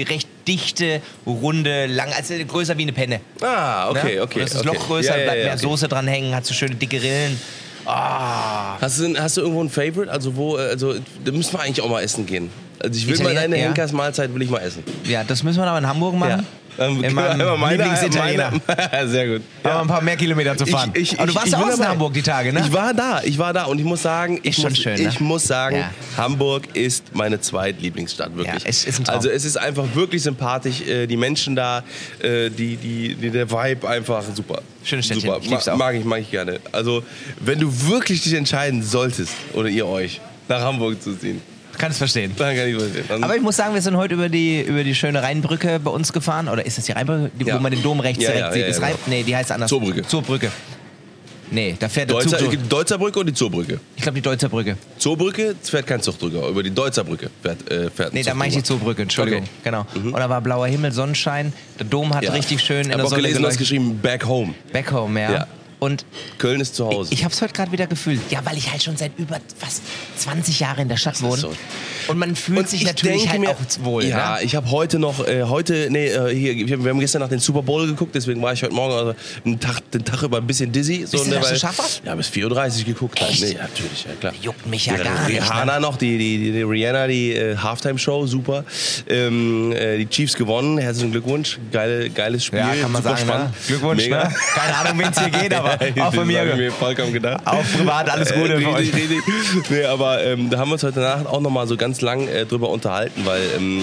recht dichte, runde, lang, also größer wie eine Penne.
Ah,
Ne?
okay, okay.
Und Das ist
okay.
Loch größer,
Ja, ja,
bleibt
ja,
mehr
okay.
Soße dranhängen, hat so schöne dicke Rillen. Ah.
Hast du, denn- hast du irgendwo ein Favorite? Also wo, äh, also da müssen wir eigentlich auch mal essen gehen. Also ich will
Italien-
mal deine
ja.
Henkersmahlzeit will ich mal essen.
Ja, das müssen wir aber in Hamburg machen.
Ähm,
in meinem
meine-
Lieblingsitaliener.
meine- Sehr gut.
Aber ein paar mehr Kilometer zu fahren. aber du warst ja
bin
auch in
dabei.
Hamburg die Tage, ne?
Ich war da, ich war da und ich muss sagen, ich,
Ist schon
muss,
schön, ne?
ich muss sagen,
Ja.
Hamburg ist meine zweitlieblingsstadt wirklich.
Ja, es ist ein Traum.
also es ist einfach wirklich sympathisch, äh, die Menschen da, äh, die, die, die, der Vibe einfach super.
Schönes Städtchen,
super.
ich lieb's
Ma-
auch.
Mag ich, mag ich gerne. Also wenn du wirklich dich entscheiden solltest oder ihr euch nach Hamburg zu ziehen,
Kann es verstehen.
dann kann ich was sehen. Dann-
Aber ich muss sagen, wir sind heute über die, über die schöne Rheinbrücke bei uns gefahren. Oder ist das die Rheinbrücke, die,
Ja.
wo man den Dom rechts
Ja,
direkt
ja,
sieht?
ja,
ist
ja, genau.
Rhein, nee, die heißt anders.
Zurbrücke.
Zurbrücke. Nee, da fährt der Zug
Deutzer, es
durch.
gibt Deutzer Brücke und die Zoobrücke.
Ich glaube, die Deutzer Brücke.
Zoobrücke fährt kein Zug drüber, über die Deutzer Brücke fährt, äh, fährt ein
Nee, da
Zug
meine ich die
drüber.
Zurbrücke, Entschuldigung.
Okay. Mhm.
Genau. Und da war blauer Himmel, Sonnenschein. Der Dom hat
Ja.
richtig schön in
Hab
der
auch
Sonne
gelesen, du hast
geleuchtet.
geschrieben, back home.
Back home, ja.
Ja.
Und
Köln ist zu Hause.
ich habe es heute gerade wieder gefühlt. Ja, weil ich halt schon seit über fast 20 Jahren in der Stadt wohne.
so.
Und man fühlt
Und
sich
ich
natürlich
denke
halt
mir-
auch wohl.
Ja,
ne?
ich habe heute noch, äh, heute, nee, äh, hier, ich hab, wir haben gestern nach den Super Bowl geguckt, deswegen war ich heute Morgen also den, Tag, den Tag über ein bisschen dizzy. So, ne,
Bist du da schon
weil-
scharf auf?
Ja, bis 4.30 Uhr geguckt. Halt.
Echt?
Nee, natürlich, ja klar.
Juckt mich ja
Die
gar nicht, ne?
Rihanna noch, die, die, die, die Rihanna, die äh, Halftime-Show, super. Ähm, äh, die Chiefs gewonnen, herzlichen Glückwunsch, Geile, geiles Spiel.
Ja, kann man
super
sagen.
Spannend.
Ne? Glückwunsch.
Mega.
Ne? Keine Ahnung, wen es hier geht, aber
Ja,
auch von
das hab ich
mir.
mir vollkommen gedacht.
Auch privat alles Gute
Äh,
für euch.
richtig, richtig. Nee, aber ähm, da haben wir uns heute Nacht auch nochmal so ganz lang äh, drüber unterhalten, weil ähm,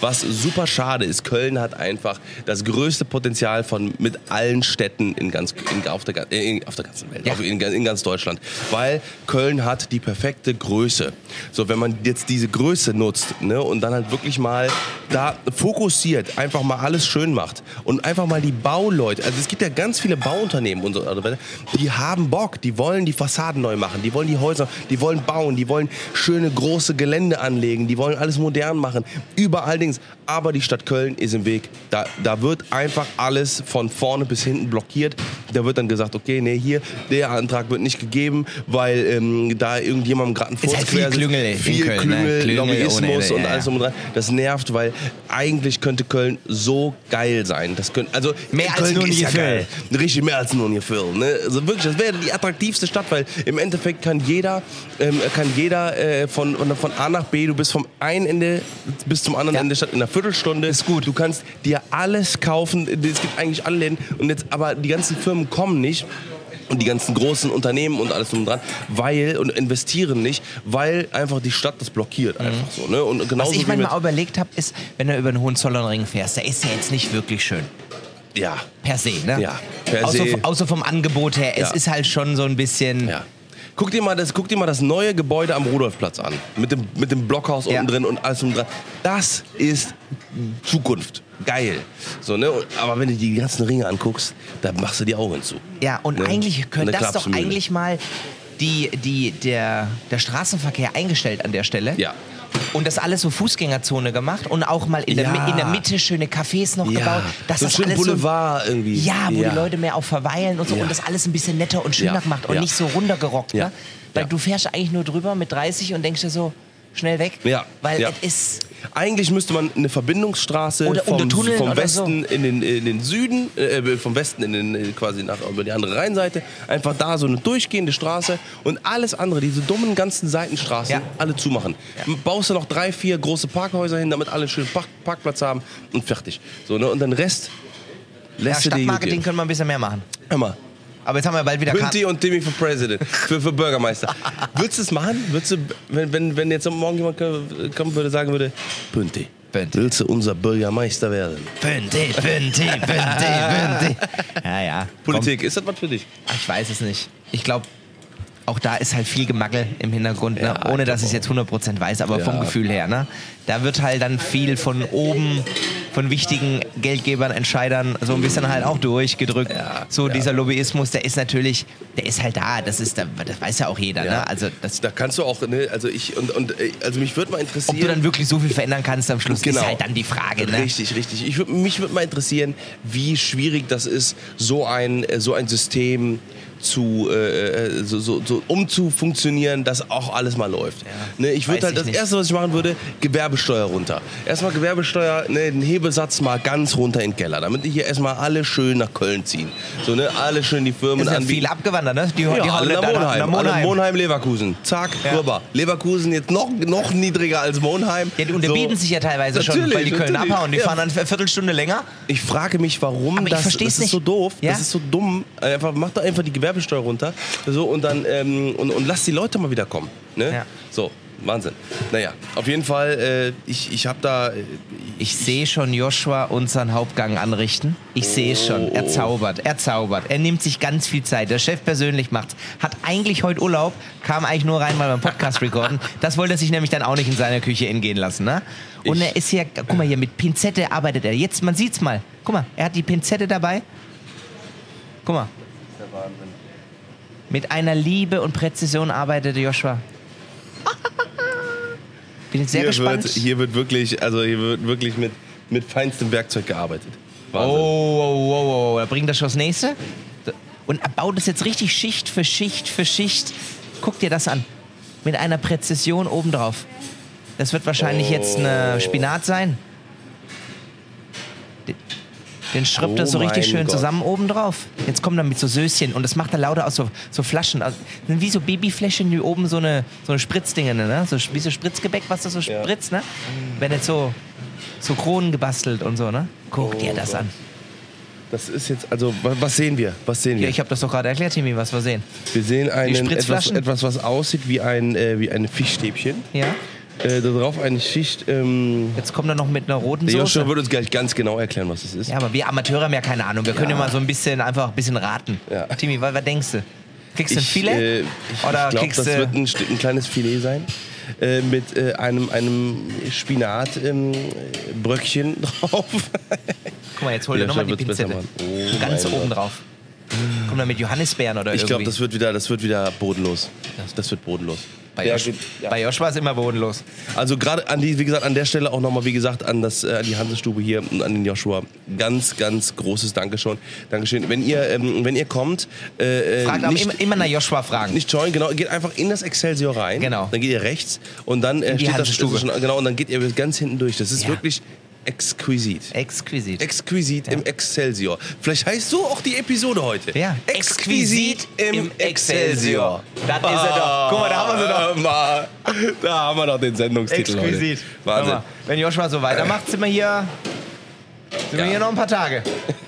was super schade ist, Köln hat einfach das größte Potenzial von mit allen Städten in ganz, in, auf, der, ga- äh, in, auf der ganzen Welt,
Ja.
auf, in, in ganz Deutschland. Weil Köln hat die perfekte Größe. So, wenn man jetzt diese Größe nutzt ne, und dann halt wirklich mal da fokussiert, einfach mal alles schön macht und einfach mal die Bauleute, also es gibt ja ganz viele Bauunternehmen und so, weiter, die haben Bock, die wollen die Fassaden neu machen, die wollen die Häuser, die wollen bauen, die wollen schöne große Gelände anlegen, die wollen alles modern machen, überall Dings. Aber die Stadt Köln ist im Weg. Da, da wird einfach alles von vorne bis hinten blockiert. Da wird dann gesagt, okay, nee, hier, der Antrag wird nicht gegeben, weil ähm, da irgendjemandem gerade ein Furz
halt viel
quer sitzt.
Klüngel in
viel
Köln, ne?
Klüngel,
Klüngel ohne
Lobbyismus
Ende,
und
ja,
alles
ja.
drum und dran. Das nervt, weil eigentlich könnte Köln so geil sein. Das könnte, also
Mehr als
Köln
nur ein
ist ja
Gefühl.
geil. Richtig, mehr als nur ein Gefühl. Ne? Also wirklich, das wäre die attraktivste Stadt, weil im Endeffekt kann jeder, ähm, kann jeder äh, von, von A nach B, du bist vom einen Ende bis zum anderen
Ja.
Ende der Stadt in einer Viertelstunde. Ist gut. Du kannst dir alles kaufen. äh, Es gibt eigentlich alle Läden. Und jetzt, aber die ganzen Firmen kommen nicht. Und die ganzen großen Unternehmen und alles drum und dran, weil und investieren nicht, weil einfach die Stadt das blockiert einfach so. Ne? Und genauso
Mhm. Was ich
wie mit,
manchmal auch überlegt habe, ist, wenn du über den Hohenzollernring fährst, der ist ja jetzt nicht wirklich schön.
ja,
Per se, ne?
Ja, per
außer,
se.
außer vom Angebot her, es
Ja.
ist halt schon so ein bisschen.
Ja. Guck dir, mal das, guck dir mal das neue Gebäude am Rudolfplatz an. Mit dem, mit dem Blockhaus
Ja.
unten drin und alles drum und dran. Das ist Zukunft. Geil. So, ne? Und- Aber wenn du die ganzen Ringe anguckst, dann machst du die Augen zu.
Ja, und
Ne?
eigentlich
Und
könnte
eine
das doch
Klapsmühle.
eigentlich mal die, die, der, der Straßenverkehr eingestellt an der Stelle.
Ja.
Und das alles so Fußgängerzone gemacht und auch mal in,
Ja.
der, Mi- in der Mitte schöne Cafés noch
Ja.
gebaut. Dass
So
das
schön
alles
Boulevard
so,
irgendwie.
Ja, wo
Ja.
die Leute mehr auch verweilen und so
Ja.
und das alles ein bisschen netter und schöner
Ja.
gemacht und
Ja.
nicht so runtergerockt.
Ja.
Ne? Weil
Ja.
du fährst eigentlich nur drüber mit 30 und denkst dir so, schnell weg.
Ja.
Weil
Ja.
es ist
Eigentlich müsste man eine Verbindungsstraße
Oder
vom,
Untertunneln
vom
oder so.
Westen in, den, in den Süden, äh, vom Westen in den, äh, quasi nach, über die andere Rheinseite, einfach da so eine durchgehende Straße und alles andere, diese dummen ganzen Seitenstraßen,
Ja.
alle zumachen. Baust du noch drei, vier große Parkhäuser hin, damit alle schön Park Parkplatz haben und fertig. So, ne? Und den Rest
ja,
lässt du dir gut
Stadtmarketing
gehen.
können wir ein bisschen mehr machen.
Hör mal,
Aber jetzt haben wir bald wieder Karten.
Bünti und Timmy für President, für, für Bürgermeister. Würdest du es machen? Würdest du, wenn, wenn, wenn jetzt morgen jemand k- kommen würde, sagen würde, Bünti,
Bünti.
willst du unser Bürgermeister werden?
Bünti, Bünti, Bünti, Bünti. Ja, ja.
Politik, ist das was für dich?
Komm, Ah, ich weiß es nicht. Ich glaube, auch da ist halt viel Gemackel im Hintergrund, ne?
Ja,
ohne
ich
dass
glaub
ich es jetzt 100% weiß, aber
Ja.
vom Gefühl her. Ne? Da wird halt dann viel von oben, von wichtigen Geldgebern, Entscheidern so ein bisschen halt auch durchgedrückt.
Ja,
so
ja.
dieser Lobbyismus, der ist natürlich, der ist halt da. Das, ist, da- das weiß ja auch jeder.
Ja.
Ne? Also, das,
Da kannst du auch, ne, also ich, und, und äh, also mich würde mal interessieren.
ob du dann wirklich so viel verändern kannst am Schluss,
Genau.
ist halt dann die Frage. Ne?
Richtig, richtig. Ich, würd- mich würde mal interessieren, wie schwierig das ist, so ein, äh, so ein System zu äh, äh, so, so, so umzufunktionieren, dass auch alles mal läuft. Ne, ich
weiß
würde halt
ich
das
nicht.
erste, was ich machen würde, Gewerbesteuer runter. Erstmal Gewerbesteuer, ne, den Hebesatz mal ganz runter in den Keller, damit hier erstmal alle schön nach Köln ziehen. So ne, alle schön die Firmen
Es sind
anbieten.
viele abgewandert, ne? Die, die
Ja,
hauen
alle nach
da- da-
Monheim.
nach
Alle Monheim, Leverkusen. Zack,
Ja.
rüber. Leverkusen jetzt noch, noch niedriger als Monheim.
Ja, die unterbieten sich ja teilweise schon,
Natürlich,
weil die Köln
natürlich.
abhauen. Die
Ja.
fahren dann eine Viertelstunde länger.
Ich frage mich, warum
Aber ich
das,
versteh's
das ist
nicht.
so doof,
Ja?
das ist so dumm. Einfach, mach doch einfach die Gewerbesteuer runter so, und, dann, ähm, und, und lass die Leute mal wieder kommen. Ne?
Ja.
So, Wahnsinn. Naja, auf jeden Fall, äh, ich, ich habe da... äh,
Ich sehe schon Joshua unseren Hauptgang anrichten. Ich sehe es schon. Er zaubert, er zaubert. Er nimmt sich ganz viel Zeit. Der Chef persönlich macht's. Hat eigentlich heute Urlaub, kam eigentlich nur rein, weil wir einen Podcast recorden. Das wollte er sich nämlich dann auch nicht in seiner Küche entgehen lassen, ne? Und
Ich-
er ist hier, guck mal hier, mit Pinzette arbeitet er. Jetzt, man sieht's mal. Guck mal, er hat die Pinzette dabei. Guck mal. Mit einer Liebe und Präzision arbeitete Joshua. Bin jetzt sehr
hier,
gespannt.
wird, hier wird wirklich, also hier wird wirklich mit, mit feinstem Werkzeug gearbeitet.
Oh,
Wahnsinn.
oh, oh, oh, da bringt er schon das nächste. Und er baut das jetzt richtig Schicht für Schicht für Schicht. Guck dir das an. Mit einer Präzision obendrauf. Das wird wahrscheinlich jetzt
Oh.
eine Spinat sein. Den- Den schrubbt er so
Oh
richtig
mein
schön
Gott.
zusammen oben drauf. Jetzt kommt er mit so Söschen und das macht er lauter aus so, so Flaschen. Also, sind wie so Babyfläschchen, die oben so eine, so eine Spritzdinge, ne? So, wie so Spritzgebäck, was das so spritzt, ne? Wenn jetzt so, so Kronen gebastelt und so, ne? Guck
Oh
dir das an.
Das ist jetzt, also, wa- was sehen wir? Was sehen wir?
Ja, ich habe das doch gerade erklärt, Timmy, was wir sehen.
wir sehen einen, etwas,
Spritzflaschen.
etwas, was aussieht wie ein, äh, wie ein Fischstäbchen.
Ja?
Äh, da drauf eine Schicht. Ähm,
Jetzt kommt er noch mit einer roten
der Joshua
Soße.
wird uns gleich ganz genau erklären, was es ist.
Ja, aber wir Amateure haben ja keine Ahnung. Wir können ja mal so ein bisschen einfach ein bisschen raten.
Ja.
Timmy, was, was denkst du? Kriegst du ein Filet?
äh, ich,
Oder äh
ich glaube,
kriegst
das
du-
wird ein, Stück- ein kleines Filet sein. Äh, mit äh, einem, einem Spinat-Bröckchen drauf.
Guck mal, jetzt hol dir
Ja,
nochmal
Chef,
die
wird's
Pinzette.
besser machen. Oh
Ganz
mein
oben
Gott.
drauf. Komm da mit Johannisbeeren oder
Ich glaube,
irgendwie.
das wird wieder, das wird wieder bodenlos. Das wird bodenlos.
bei,
Ja,
Josh,
gut, ja.
bei Josh war es immer bodenlos.
Also gerade an die, wie gesagt, an der Stelle auch nochmal, wie gesagt, an das, äh, an die Hansestube hier und an den Joshua. Ganz, ganz großes Dankeschön. Dankeschön. Wenn ihr, ähm, wenn ihr kommt, äh, äh,
Fragt auch
nicht,
immer, immer nach Joshua fragen.
nicht join, genau, geht einfach in das Excelsior rein.
Genau.
Dann geht ihr rechts und dann äh,
die
steht das
Hansestube.
das ist schon, genau und dann geht ihr ganz hinten durch. Das ist
Ja.
wirklich exquisit.
Exquisit.
Exquisit im Excelsior. Vielleicht heißt so auch die Episode heute.
Ja.
Exquisit im Excelsior.
Das ist er doch. Guck mal, da haben wir sie doch.
Äh, mal. Da haben wir doch den Sendungstitel. Heute.
Exquisit. Warte.
Wahnsinn.
Mal, wenn Joshua so weitermacht, sind wir hier. Sind wir hier noch ein paar Tage.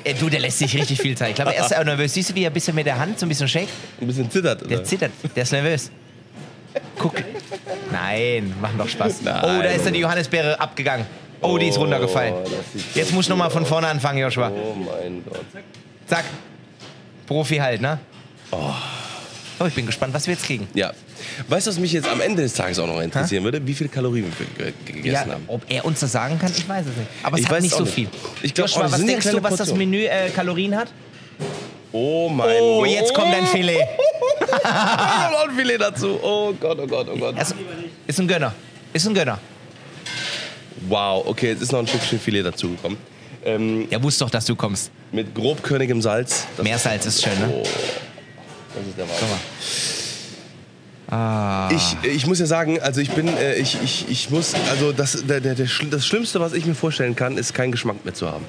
Ey, du, der lässt sich richtig viel Zeit. Ich glaube, er ist auch nervös. Siehst du, wie er ein bisschen mit der Hand so ein bisschen shake?
Ein bisschen zittert.
Der zittert, der ist nervös. Guck. Nein, machen doch Spaß.
Nein.
Oh, da ist dann die Johannisbeere abgegangen. Oh, die ist runtergefallen.
das sieht
Jetzt
so
muss ich nochmal von vorne anfangen, Joshua.
Oh mein Gott.
Zack. Profi halt, ne? Oh, ich bin gespannt, was wir jetzt kriegen.
Ja. Weißt du, was mich jetzt am Ende des Tages auch noch interessieren würde? Wie viele Kalorien wir ge- ge- gegessen haben.
ob er uns das sagen kann, ich weiß es nicht. Aber es
Ich
hat
weiß
nicht
es
so
auch
viel.
nicht. Ich glaub,
Joshua,
aber es
was
sind ja
denkst du,
kleine
was das
Portionen.
Menü äh, Kalorien hat?
Oh mein
Oh,
Gott.
jetzt kommt ein Filet.
Ah, noch ein Filet dazu. Oh Gott, oh Gott, oh Gott.
Das ist ein Gönner. Ist ein Gönner.
Wow, okay, jetzt ist noch ein Stückchen Filet dazugekommen. Ähm,
Ja, wusste doch, dass du kommst.
mit grobkörnigem Salz. Das
Meersalz ist schön, ne?
Oh, das ist der Wahnsinn.
Ah.
Ich, ich muss ja sagen, also ich bin, äh, ich, ich, ich muss, also das, der, der, der, Schl- das Schlimmste, was ich mir vorstellen kann, ist keinen Geschmack mehr zu haben.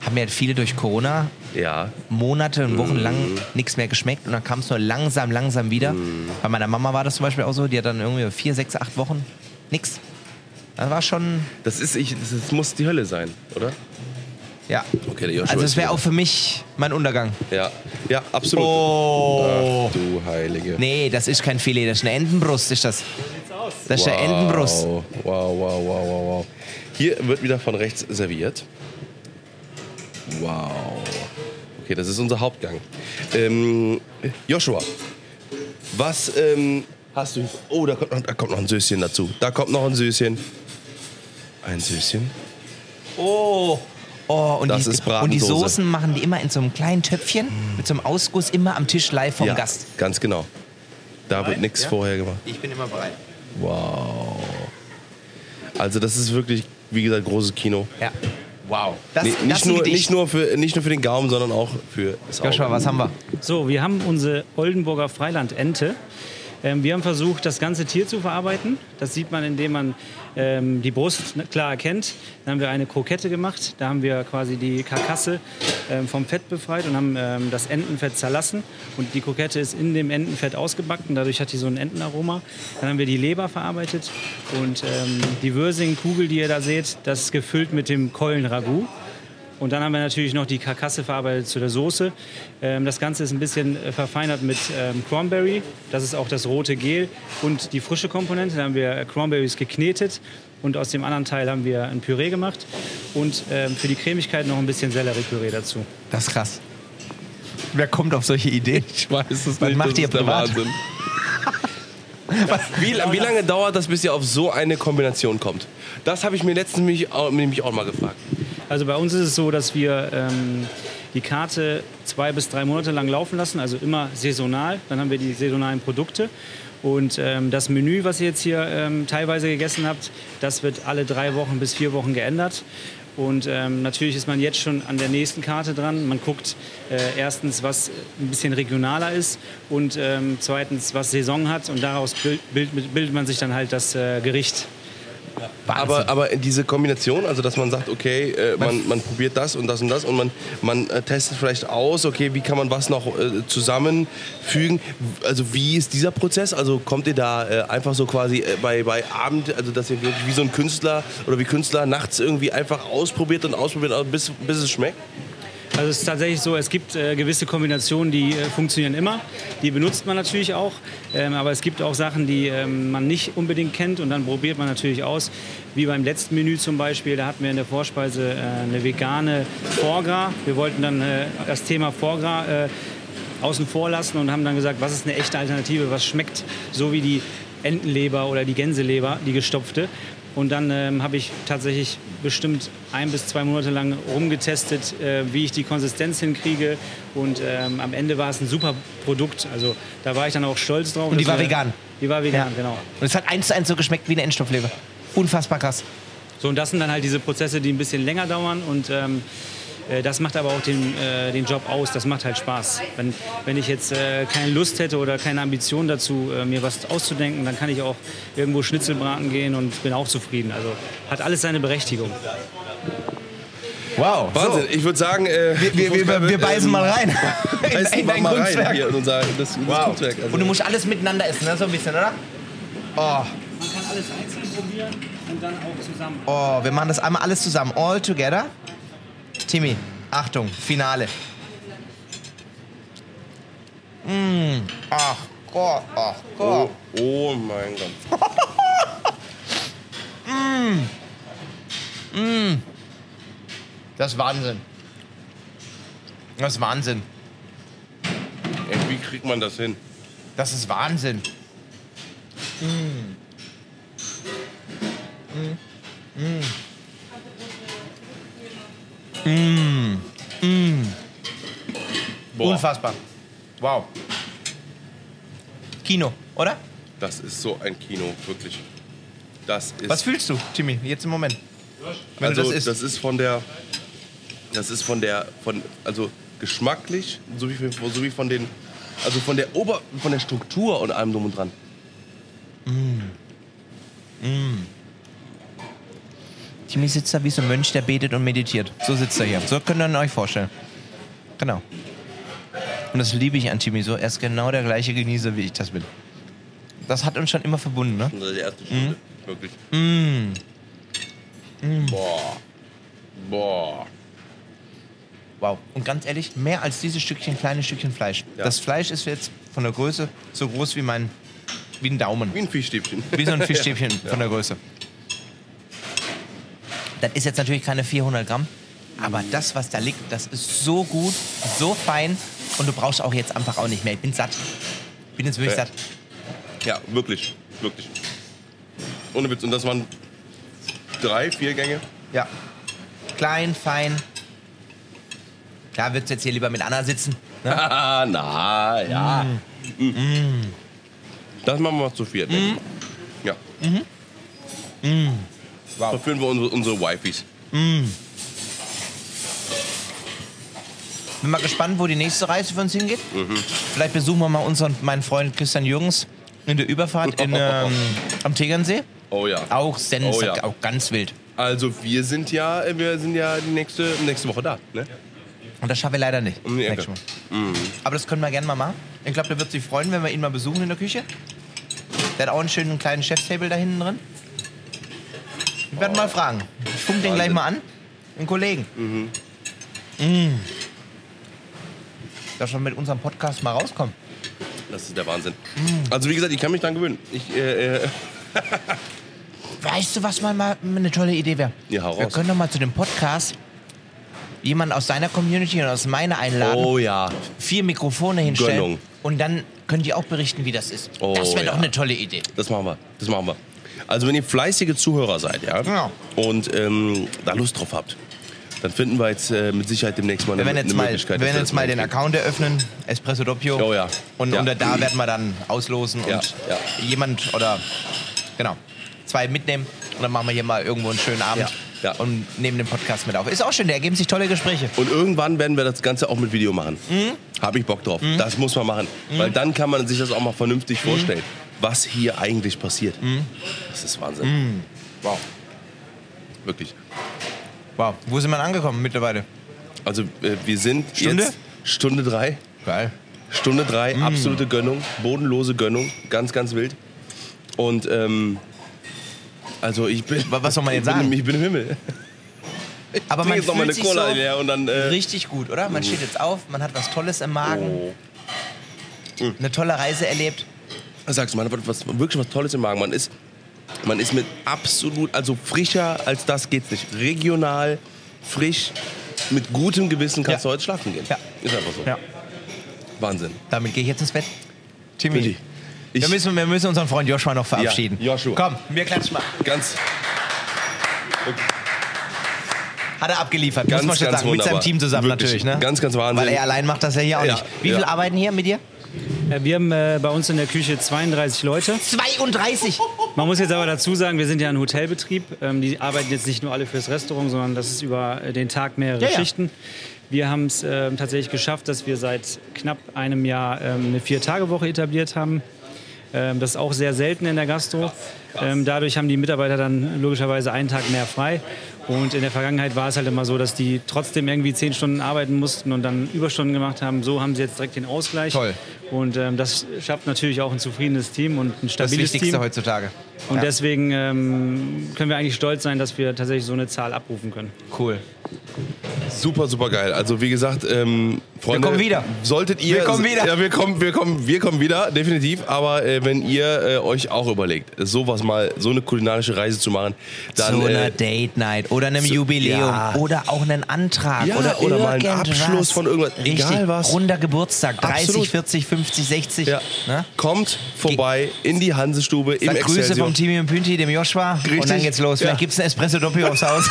Haben ja viele durch Corona
Ja.
Monate und
Mm.
Wochen lang nichts mehr geschmeckt und dann kam es nur langsam, langsam wieder.
Mm.
Bei meiner Mama war das zum Beispiel auch so, die hat dann irgendwie vier, sechs, acht Wochen nichts. Das war schon,
Das ist, ich, das, das muss die Hölle sein, oder?
ja.
Okay, der Joshua
Also es
ist
wäre
wieder.
auch für mich mein Untergang.
Ja, ja, absolut.
Oh.
Ach, du Heilige.
Nee, das ist kein Filet, das ist eine Entenbrust, ist das. Das ist eine Entenbrust.
Wow, wow, wow, wow, wow, wow. Hier wird wieder von rechts serviert. Wow. Okay, das ist unser Hauptgang. Ähm, Joshua, was ähm, hast du? Oh, da kommt, noch, da kommt noch ein Söschen dazu. Da kommt noch ein Söschen. Ein Söschen.
Oh. Oh, und,
Das
die,
ist
und die
Bratensoße.
Soßen machen die immer in so einem kleinen Töpfchen mit so einem Ausguss immer am Tisch live vom
ja,
Gast.
ganz genau. Da wird nichts vorher gemacht.
Ich bin immer bereit.
Wow. Also das ist wirklich, wie gesagt, großes Kino.
Ja. Wow. Das,
Nee,
das
nicht,
ist ein
nur,
Gedicht.
nicht, nur für, nicht nur für den Gaumen, sondern auch für das Auge.
Joshua, was haben wir?
So, wir haben unsere Oldenburger Freilandente. Ähm, wir haben versucht, das ganze Tier zu verarbeiten. Das sieht man, indem man ähm, die Brust ne- klar erkennt. Dann haben wir eine Krokette gemacht. Da haben wir quasi die Karkasse ähm, vom Fett befreit und haben ähm, das Entenfett zerlassen. Und die Krokette ist in dem Entenfett ausgebacken. Dadurch hat die so ein Entenaroma. Dann haben wir die Leber verarbeitet. Und ähm, die Würsingkugel, die ihr da seht, das ist gefüllt mit dem Keulenragout. Und dann haben wir natürlich noch die Karkasse verarbeitet zu der Soße. Ähm, das Ganze ist ein bisschen äh, verfeinert mit ähm, Cranberry. Das ist auch das rote Gel und die frische Komponente. Da haben wir äh, Cranberries geknetet und aus dem anderen Teil haben wir ein Püree gemacht. Und ähm, für die Cremigkeit noch ein bisschen Sellerie-Püree dazu.
Das ist krass. Wer kommt auf solche Ideen?
Ich weiß es nicht.
Was macht
das
ihr
ist der
privat?
Wahnsinn. wie, wie lange dauert das, bis ihr auf so eine Kombination kommt? Das habe ich mir letztens mich auch, nämlich auch mal gefragt.
Also bei uns ist es so, dass wir ähm, die Karte zwei bis drei Monate lang laufen lassen, also immer saisonal. Dann haben wir die saisonalen Produkte. Und ähm, das Menü, was ihr jetzt hier ähm, teilweise gegessen habt, das wird alle drei Wochen bis vier Wochen geändert. Und ähm, natürlich ist man jetzt schon an der nächsten Karte dran. Man guckt äh, erstens, was ein bisschen regionaler ist und ähm, zweitens, was Saison hat. Und daraus bild, bild, bildet man sich dann halt das äh, Gericht.
Aber, aber diese Kombination, also dass man sagt, okay, äh, man, man probiert das und das und das und man, man äh, testet vielleicht aus, okay, wie kann man was noch äh, zusammenfügen. Also wie ist dieser Prozess? Also kommt ihr da äh, einfach so quasi äh, bei, bei Abend, also dass ihr wirklich wie so ein Künstler oder wie Künstler nachts irgendwie einfach ausprobiert und ausprobiert, bis, bis es schmeckt?
Also es ist tatsächlich so, es gibt äh, gewisse Kombinationen, die äh, funktionieren immer. Die benutzt man natürlich auch. Ähm, aber es gibt auch Sachen, die ähm, man nicht unbedingt kennt und dann probiert man natürlich aus. Wie beim letzten Menü zum Beispiel, da hatten wir in der Vorspeise äh, eine vegane Foie Gras. Wir wollten dann äh, das Thema Foie Gras äh, außen vor lassen und haben dann gesagt, was ist eine echte Alternative, was schmeckt so wie die Entenleber oder die Gänseleber, die gestopfte. Und dann ähm, habe ich tatsächlich bestimmt ein bis zwei Monate lang rumgetestet, äh, wie ich die Konsistenz hinkriege. Und ähm, am Ende war es ein super Produkt. Also da war ich dann auch stolz drauf.
Und die
dass
war
wir-
vegan?
Die war vegan,
Ja.
genau.
Und es hat eins zu eins so geschmeckt wie eine Endstoffleber. Unfassbar krass.
So, und das sind dann halt diese Prozesse, die ein bisschen länger dauern und ähm, äh, das macht aber auch den, äh, den Job aus, das macht halt Spaß. Wenn, wenn ich jetzt äh, keine Lust hätte oder keine Ambition dazu, äh, mir was auszudenken, dann kann ich auch irgendwo Schnitzel braten gehen und bin auch zufrieden. Also hat alles seine Berechtigung.
Wow.
Wahnsinn, ich würde sagen, äh,
Wir, wir, wir, wir beißen mal rein.
Essen wir
dein
mal rein
Kunstwerk.
hier in unser in das, in das Kunstwerk. Also,
Und du musst alles miteinander essen, ne? so ein bisschen, oder? Oh,
Man kann alles einzeln probieren und dann auch zusammen.
oh, wir machen das einmal alles zusammen. All together. Timmy, Achtung, Finale. Mm, ach Gott, ach Gott.
oh, oh mein Gott.
Das ist Wahnsinn. Das ist Wahnsinn.
Ey, wie kriegt man das hin?
Das ist Wahnsinn. Mm. Mm. Mm.
Boah,
Unfassbar. Wow. Kino, oder?
das ist so ein Kino, wirklich. Das ist
Was fühlst du, Timmy, jetzt im Moment? Wenn
also,
du das isst.
ist von der. Das ist von der. Von, also geschmacklich, sowie von, sowie von den. Also von der Ober. von der Struktur und allem drum und dran.
Timmy sitzt da wie so ein Mönch, der betet und meditiert. So sitzt er hier. So könnt ihr euch vorstellen. Genau. Und das liebe ich an Timmy so. Er ist genau der gleiche Genießer, wie ich das bin. Das hat uns schon immer verbunden, ne?
Also die erste Stunde. Wirklich.
Mhm.
Boah. Boah.
Wow. Und ganz ehrlich, mehr als dieses Stückchen, kleine Stückchen Fleisch.
Ja.
Das Fleisch ist jetzt von der Größe so groß wie mein, wie ein Daumen.
Wie ein Fischstäbchen.
Wie so ein Fischstäbchen von der Größe. Das ist jetzt natürlich keine 400 Gramm, aber das, was da liegt, das ist so gut, so fein und du brauchst auch jetzt einfach auch nicht mehr. Ich bin satt. Bin jetzt wirklich
Ja.
satt.
Ja, wirklich. Wirklich. Ohne Witz. Und das waren drei, vier Gänge.
Ja. Klein, fein. Klar, würdest du jetzt hier lieber mit Anna sitzen.
Ah, na, ja. Mm. Das machen wir mal zu viert. denke ich mal. Ja. Wow. Verführen wir unsere, unsere Wifis.
Bin mal gespannt, wo die nächste Reise für uns hingeht.
Mhm.
Vielleicht besuchen wir mal unseren, meinen Freund Christian Jürgens in der Überfahrt in, ähm, am Tegernsee.
Oh ja.
Auch Sens,
Oh ja.
auch ganz wild.
Also wir sind ja, äh, wir sind ja die nächste, nächste Woche da. Ne?
Und das schaffen wir leider nicht.
Um die Ecke.
nächstes Mal. Aber das können wir gerne mal machen. Ich glaube, der wird sich freuen, wenn wir ihn mal besuchen in der Küche. Der hat auch einen schönen kleinen Chefstable da hinten drin. Ich werde mal fragen. Ich funk den
Wahnsinn.
gleich
Mhm.
mal an. Den Kollegen. Mm. Dass wir mit unserem Podcast mal rauskommen.
Das ist der Wahnsinn. Also wie gesagt, ich kann mich dran gewöhnen. Ich, äh, äh,
Weißt du, was mal, mal eine tolle Idee wäre?
Ja, hau
Wir
raus.
können doch mal zu dem Podcast jemanden aus deiner Community und aus meiner einladen.
oh ja.
vier Mikrofone hinstellen
Gönnung.
und dann können die auch berichten, wie das ist.
Oh,
das wäre
ja.
doch eine tolle Idee.
Das machen wir. Das machen wir. Also wenn ihr fleißige Zuhörer seid, ja,
Genau.
und ähm, da Lust drauf habt, dann finden wir jetzt äh, mit Sicherheit demnächst mal eine,
Wir werden jetzt
eine
mal,
Möglichkeit.
wir werden
dass
jetzt
das
mal den
hinkriegen.
Account eröffnen, Espresso Doppio.
Oh ja.
Und
Ja.
unter da werden wir dann auslosen
Ja,
und
ja.
jemand oder genau zwei mitnehmen und dann machen wir hier mal irgendwo einen schönen Abend
Ja, ja.
und nehmen den Podcast mit auf. Ist auch schön, da ergeben sich tolle Gespräche.
Und irgendwann werden wir das Ganze auch mit
Mhm. Mhm.
Video machen. Habe ich Bock drauf. Das muss man machen. Weil dann kann man sich das auch mal vernünftig vorstellen. was hier eigentlich passiert. Das ist Wahnsinn.
Mhm. Wow.
Wirklich.
Wow. Wo sind wir denn angekommen mittlerweile?
Also äh, wir sind
Stunde? Mhm.
jetzt Stunde drei.
Geil.
Stunde drei, absolute Gönnung, bodenlose Gönnung, ganz, ganz wild. Und ähm, also ich bin.
Wa- was soll man
ich
jetzt
bin,
sagen?
Ich bin im Himmel.
Aber
Trink
man
jetzt noch mal
fühlt
eine
sich
Cola
so
leer und dann. Äh,
richtig gut, oder? Man steht jetzt auf, man hat was Tolles im Magen,
oh.
eine tolle Reise erlebt.
Sag's mal, was, was, wirklich was Tolles im Magen. Man ist, man ist mit absolut, also frischer als das geht's nicht. Regional, frisch, mit gutem Gewissen kannst
Ja.
du heute schlafen gehen.
Ja.
Ist einfach so.
Ja.
Wahnsinn.
Damit gehe ich jetzt ins Bett. Timmy.
Bitte. Ich,
Wir müssen, wir müssen unseren Freund Joshua noch verabschieden.
Ja, Joshua.
Komm, wir klatschen mal.
ganz,
Hat er abgeliefert,
Ganz,
muss man schon
ganz
sagen. Mit seinem
wunderbar.
Team zusammen
Wirklich.
natürlich. Ne?
Ganz, ganz Wahnsinn.
Weil er allein macht das ja hier auch
Ja,
nicht. Wie
ja.
viele arbeiten hier mit dir?
Äh, Wir haben äh, bei uns in der Küche 32 Leute.
32!
Man muss jetzt aber dazu sagen, wir sind ja ein Hotelbetrieb. Ähm, die arbeiten jetzt nicht nur alle fürs Restaurant, sondern das ist über äh, den Tag mehrere
Ja, ja.
Schichten. Wir haben es ähm, tatsächlich geschafft, dass wir seit knapp einem Jahr ähm, eine Vier-Tage-Woche etabliert haben. Ähm, das ist auch sehr selten in der Gastro. Ähm, dadurch haben die Mitarbeiter dann logischerweise einen Tag mehr frei. Und in der Vergangenheit war es halt immer so, dass die trotzdem irgendwie zehn Stunden arbeiten mussten und dann Überstunden gemacht haben. So haben sie jetzt direkt den Ausgleich.
Toll.
Und ähm, das schafft natürlich auch ein zufriedenes Team und ein
Das
stabiles
Wichtigste
Team.
heutzutage.
Und
Ja.
deswegen ähm, können wir eigentlich stolz sein, dass wir tatsächlich so eine Zahl abrufen können.
Cool.
Super, super geil. Also wie gesagt, ähm, Freunde,
kommen wieder.
Solltet ihr,
Wir kommen wieder.
Ja, wir kommen, wir kommen, wir kommen wieder, definitiv. Aber äh, wenn ihr äh, euch auch überlegt, sowas mal, so eine kulinarische Reise zu machen, dann
zu einer
äh,
Date Night oder einem
zu-
Jubiläum
ja.
oder auch einen Antrag
Ja,
oder,
oder mal einen
irgendwas.
Abschluss von irgendwas.
Richtig,
Egal was.
runder Geburtstag, 30,
Absolut.
40, 50, 60.
ja,
Ne?
kommt vorbei in die Hansestube im
Sag Grüße
Excelsior.
vom Timmy und Pünti, dem Joshua.
Richtig.
Und dann geht's los. Vielleicht
Ja.
gibt's ein Espresso Doppio aufs Haus.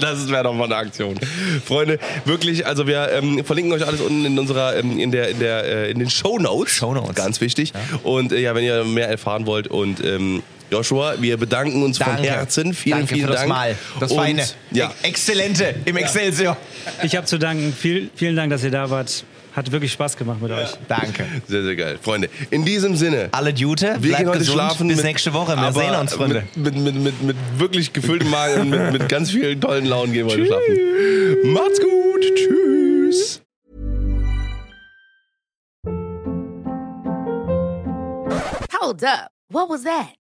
das wäre doch mal eine Aktion. Freunde, wirklich, also wir ähm, verlinken euch alles unten in unserer, ähm, in der, in der, äh, in den Show Notes.
Shownotes.
Ganz wichtig. Und äh, ja, wenn ihr mehr erfahren wollt und ähm, Joshua, wir bedanken uns von
Danke.
Herzen. Vielen,
Danke
vielen
für
Dank.
Das Mal. Das
und,
Feine.
Ja,
E- Exzellente im Excelsior.
Ich habe zu danken. Viel, vielen Dank, dass ihr da wart. Hat wirklich Spaß gemacht mit euch.
Danke.
sehr, sehr geil. Freunde, in diesem Sinne.
Alle Jute,
Wir gehen
bleibt
heute
gesund.
schlafen.
Bis
mit-
nächste Woche. Wir
aber
sehen uns, Freunde.
Mit, mit, mit, mit, mit wirklich gefülltem Magen und mit, mit ganz vielen tollen Launen gehen wir heute schlafen. Macht's gut. Tschüss.
Hold up. What was that?